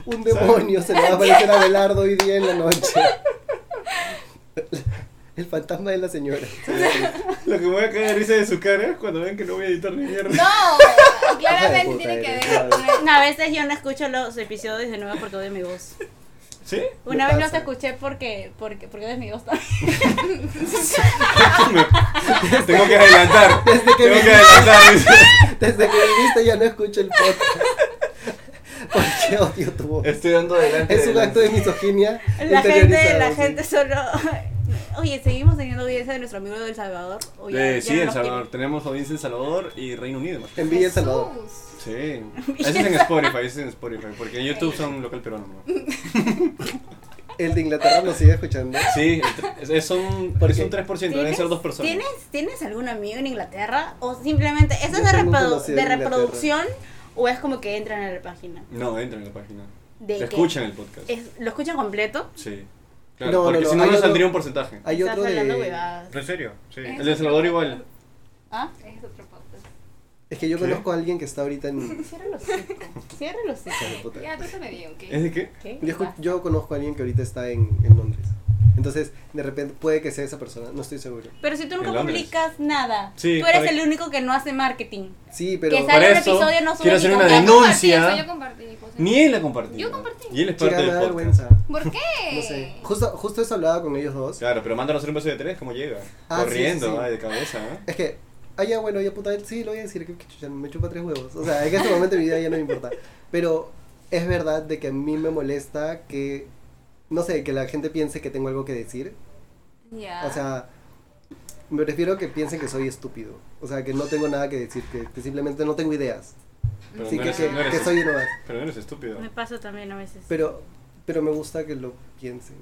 Un demonio se le va a aparecer a Belardo hoy día en la noche. El fantasma de la señora. Lo que me voy a caer de risa de su cara es cuando ven que no voy a editar ni mierda. No, claramente Hija tiene de que puta ver. eres, Eh, No, a veces yo no escucho los episodios de nuevo porque odio mi voz. ¿Sí? Una Me vez los pasa. escuché porque, porque, porque odio mi voz también. Tengo que adelantar. Desde que Tengo que viniste- adelantar. dice. Desde que viniste ya no escucho el podcast. Porque odio tu voz. Estoy dando adelante. Es un acto de misoginia. La gente, la interiorizado, sí. gente solo... Oye, ¿seguimos teniendo audiencia de nuestro amigo de El Salvador? ¿O ya- ya Eh, sí, no El los Salvador. Tenemos audiencia en El Salvador y Reino Unido. más. En Villa El Salvador. Jesús. Sí. Ese es en Spotify, ese es en Spotify. Porque en YouTube son local peruano. ¿no? El de Inglaterra lo sigue escuchando. Sí, el tre- es, es- son, ¿Por es qué? un 3%, deben ¿Tienes, ser dos personas. ¿tienes, ¿Tienes algún amigo en Inglaterra? ¿O simplemente eso Yo es de, tengo un reprodu- conocido de en Inglaterra. reproducción o es como que entran a la página? No, entran en la página. De que- Escuchan el podcast. es- ¿Lo escuchan completo? Sí. Claro, No, no, porque no, si no, hay no otro- saldría un porcentaje. Hay Estás otro hablando de... huevadas. ¿En serio? Sí. Es El de Salvador igual. ¿Ah? Es otro podcast. Es que yo ¿Qué? conozco a alguien que está ahorita en... Cierra los hocico. Cierra los hocico. Hija de puta. Ya, tú se me dio, ¿ok? ¿Es de qué? ¿Qué? Yo, escu- yo conozco a alguien que ahorita está en, en Londres. Entonces, de repente puede que sea esa persona, no estoy seguro. Pero si tú En nunca Londres. publicas nada, Sí, tú eres para- el único que no hace marketing. Sí, pero... Que Por sale un eso, episodio, no sube quiero ni hacer una con- Yo compartí denuncia. eso, yo compartí mi cosa. Ni él la compartió. Yo compartí. Y él es parte Chica, me del da podcast. vergüenza. ¿Por qué? No sé. Eh. Justo, justo eso hablaba con ellos dos. Claro, pero mándalo a hacer un beso de tres, ¿cómo llega? Ah, sí, Corriendo, sí, sí. ay, de cabeza, ¿eh? Es que... Ah, ya, bueno, ya puta, sí, lo voy a decir, que, que chucha, me chupa tres huevos. O sea, en este momento de mi vida ya no me importa. Pero es verdad de que a mí me molesta que... No sé, que la gente piense que tengo algo que decir. Ya. O sea, me refiero a que piensen que soy estúpido. O sea, que no tengo nada que decir, que, que simplemente no tengo ideas. Pero Así no que, eres, que- no eres- que soy no Pero no eres estúpido. Me pasa también a veces. Pero, pero me gusta que lo piensen.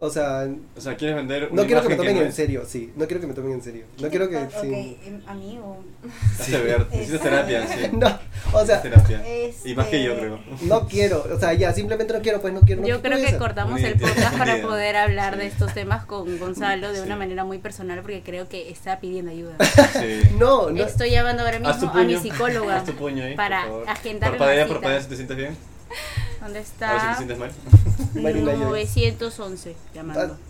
O sea, O sea, quieres vender una no quiero que me imagen tomen no en es- serio, sí. No quiero que me tomen en serio. No quiero que. Ok, sí. em, amigo. Hazte ver, necesitas terapia, sí. No, o sea, terapia. este, Y más que yo, creo. no quiero. O sea, ya, simplemente no quiero, pues no quiero. no Yo quiero creo que esa. cortamos Muy el bien, podcast para bien. poder hablar de Sí. estos temas con Gonzalo de una Sí. manera muy personal porque creo que está pidiendo ayuda. Sí. No, no. Estoy llamando ahora Haz tu mismo a puño. mi psicóloga Haz tu puño ahí, para por favor. agendar Parpadea, una parpadea cita. si te sientes bien. ¿Dónde A ver si te está? sientes mal. Marina Joy. 911 llamando.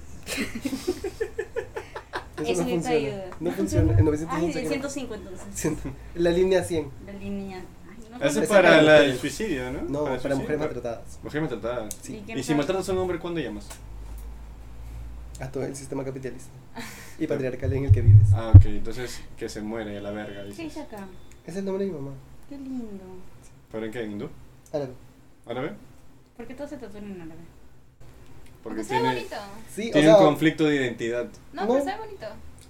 Ah, Eso Eso Ah. no necesita funciona. ayuda. No funciona. En Ay, 911 el creo. 105 entonces. Siento- La línea 100. La línea. Ay, no. Eso es Esa para para la- mujeres. el suicidio, ¿no? No, el para suicidio. mujeres maltratadas. Mujer maltratada. Sí. ¿Y quién Y si sabe? maltratas a un hombre, ¿cuándo llamas? A todo el sistema capitalista y patriarcal en el que vives. Ah, ok, entonces que se muere a la verga. ¿Qué Dices. dice acá? Es el nombre de mi mamá. Qué lindo. ¿Pero en qué? ¿En hindú? Árabe. ¿Árabe? ¿Por qué todos se tatúan en árabe? Porque se ve tiene, bonito. Sí, o tiene sea, un conflicto de identidad. No, No. pero se ve bonito.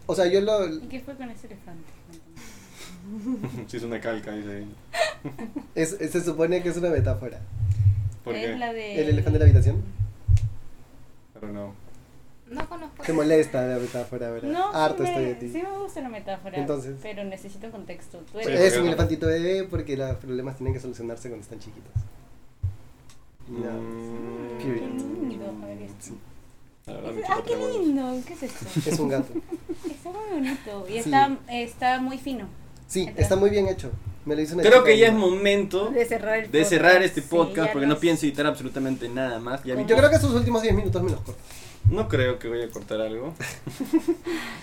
o sea, yo lo. ¿Y qué fue con ese elefante? Cuéntame. si es una calca, dice ahí. es- se supone que es una metáfora. ¿Por qué? Es la Eh. de... ¿El elefante de la habitación? Pero no. No conozco. Te molesta la metáfora, ¿verdad? No, Harto sí, estoy me, de ti. sí me gusta la metáfora. Entonces. Pero necesito contexto. Tú Sí, eres... es porque un no. elefantito bebé porque los problemas tienen que solucionarse cuando están chiquitos. Ya. Mm, Period. Qué lindo, a ver esto. Sí. La Ah, verdad, me Es- chupa ¡Ay, Ah, qué tres huevos. lindo! ¿Qué es esto? Es un gato. Está muy bonito. Y Sí. está, está muy fino. Sí, Entonces- está muy bien hecho. Me lo hizo una Creo chica que ya es una- momento De cerrar el de cerrar este Sí, podcast ya porque no nos- pienso editar absolutamente nada más. Ya vi- Yo creo que sus últimos 10 minutos me los corto. No creo que voy a cortar algo.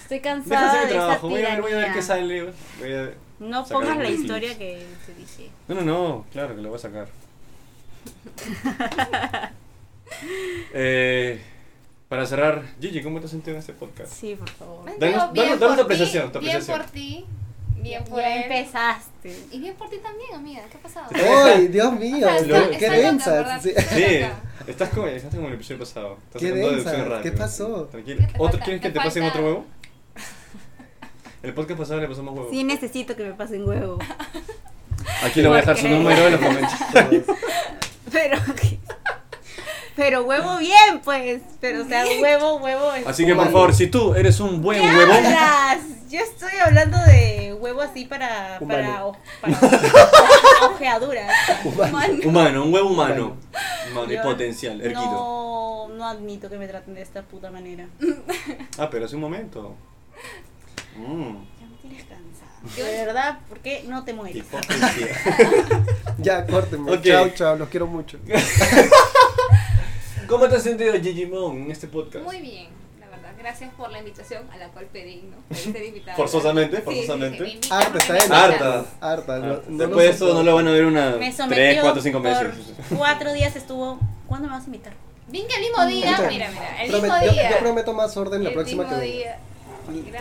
Estoy Deja cansada hacer de mi trabajo. esta Voy a, ver, voy a ver qué tiranía. sale. Voy a... No Sacar pongas la algún historia clip. que te dije. No, no, no. Claro que lo voy a sacar. Eh, para cerrar, Gigi, ¿cómo te has sentido en este podcast? Sí, por favor. Me Danos- digo, bien danos- danos tu por ti, apreciación, tu Bien apreciación. por ti. Bien pues. por Ya él. empezaste. Y bien por ti también, amiga. ¿Qué ha pasado? ¿Eh? ¡Ay, Dios mío! sea, está- ¡Qué está loca, densa! ¿verdad? Sí. Está Sí, estás loca. como, estás como en el episodio pasado. Estás Qué tratando de densa, opciones ¿qué rápidas. pasó? Tranquila. ¿Qué te Otro- falta? ¿Quieres que ¿Te te pasen falta? otro huevo? El podcast pasado le pasamos huevo. Sí necesito que me pasen huevo. Aquí le voy a dejar su Porque- número en los comentarios. Pero Pero huevo bien, pues. Pero o sea, huevo, huevo. es- Así que por favor, si tú eres un buen ¿Qué huevón, hablas? Yo estoy hablando de huevo así para para, Humano. para- para ojeaduras. humano, un huevo humano, humano y Yo potencial, erguido. No, no admito que me traten de esta puta manera. Ah, pero hace un momento. Mm, Ya me tienes cansada. De verdad, ¿por qué no te mueres? hipocresía. Ya, córtenme. Ok. Chao, chao. Los quiero mucho. ¿Cómo te has sentido, Gigi Mon, en este podcast? Muy bien, la verdad. Gracias por la invitación a la cual pedí, ¿no? Pedí ser invitada. Forzosamente, Sí, sí, forzosamente. sí, me invitan, Harta, está me bien. invitan. Harta. Harta. Ah, no- no después de lo esto soporto. no lo van a ver una Me 3, sometió 4, 5 por meses. cuatro días estuvo. ¿Cuándo me vas a invitar? Vin que el mismo día, Escucha, mira, mira, el promet- mismo yo- día. Yo prometo más orden la el próxima que mismo venga. día.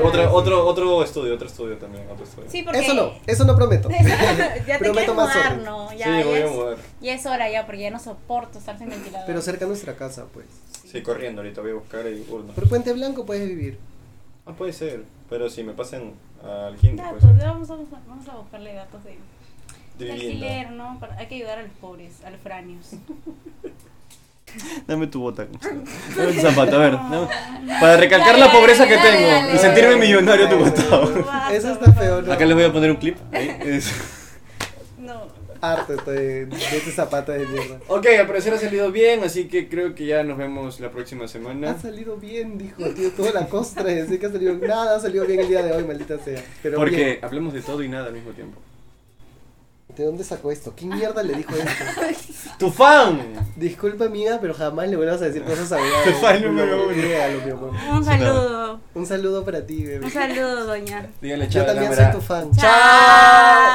Otro, otro, otro estudio, otro estudio también, otro estudio. Sí, porque. Eso no, eso no prometo. ya te quieres Prometo más mudar, orden. ¿no? Sí, Ya, me ya voy a es- mover. Y es hora ya, porque ya no soporto estar sin ventilador. Pero cerca de nuestra casa, pues. Sí, corriendo ahorita, voy a buscar el urno. Por Puente Blanco puedes vivir. Ah, puede ser, pero si me pasan al hindi, Datos, pues. vamos, a, vamos a buscarle datos de, de alquiler, ¿no? Para- hay que ayudar a los pobres, a los franios. Dame tu bota. Dame tu zapato, a ver. dame- Para recalcar Dale, la dale, pobreza que dale, tengo dale, y sentirme dale. millonario tu Ay, botado. Eso está feo, ¿no? Acá les voy a poner un clip. Ahí es. No, Harto estoy de, de ese zapato de mierda. Ok, al parecer ha salido bien, así que creo que ya nos vemos la próxima semana. Ha salido bien, dijo, tío, toda la costra de decir que ha salido nada, ha salido bien el día de hoy, maldita sea. Pero Porque bien. hablemos de todo y nada al mismo tiempo. ¿de dónde sacó esto? ¿Qué mierda le dijo esto? ¡Tu fan! Disculpa mía, pero jamás le vuelvas a decir cosas a Bea. Tu fan número uno. Bea, lo que amor. Un saludo. Un saludo para ti, bebé. Un saludo, doña. Díganle chao Yo a la también cámara. soy tu fan. Chao.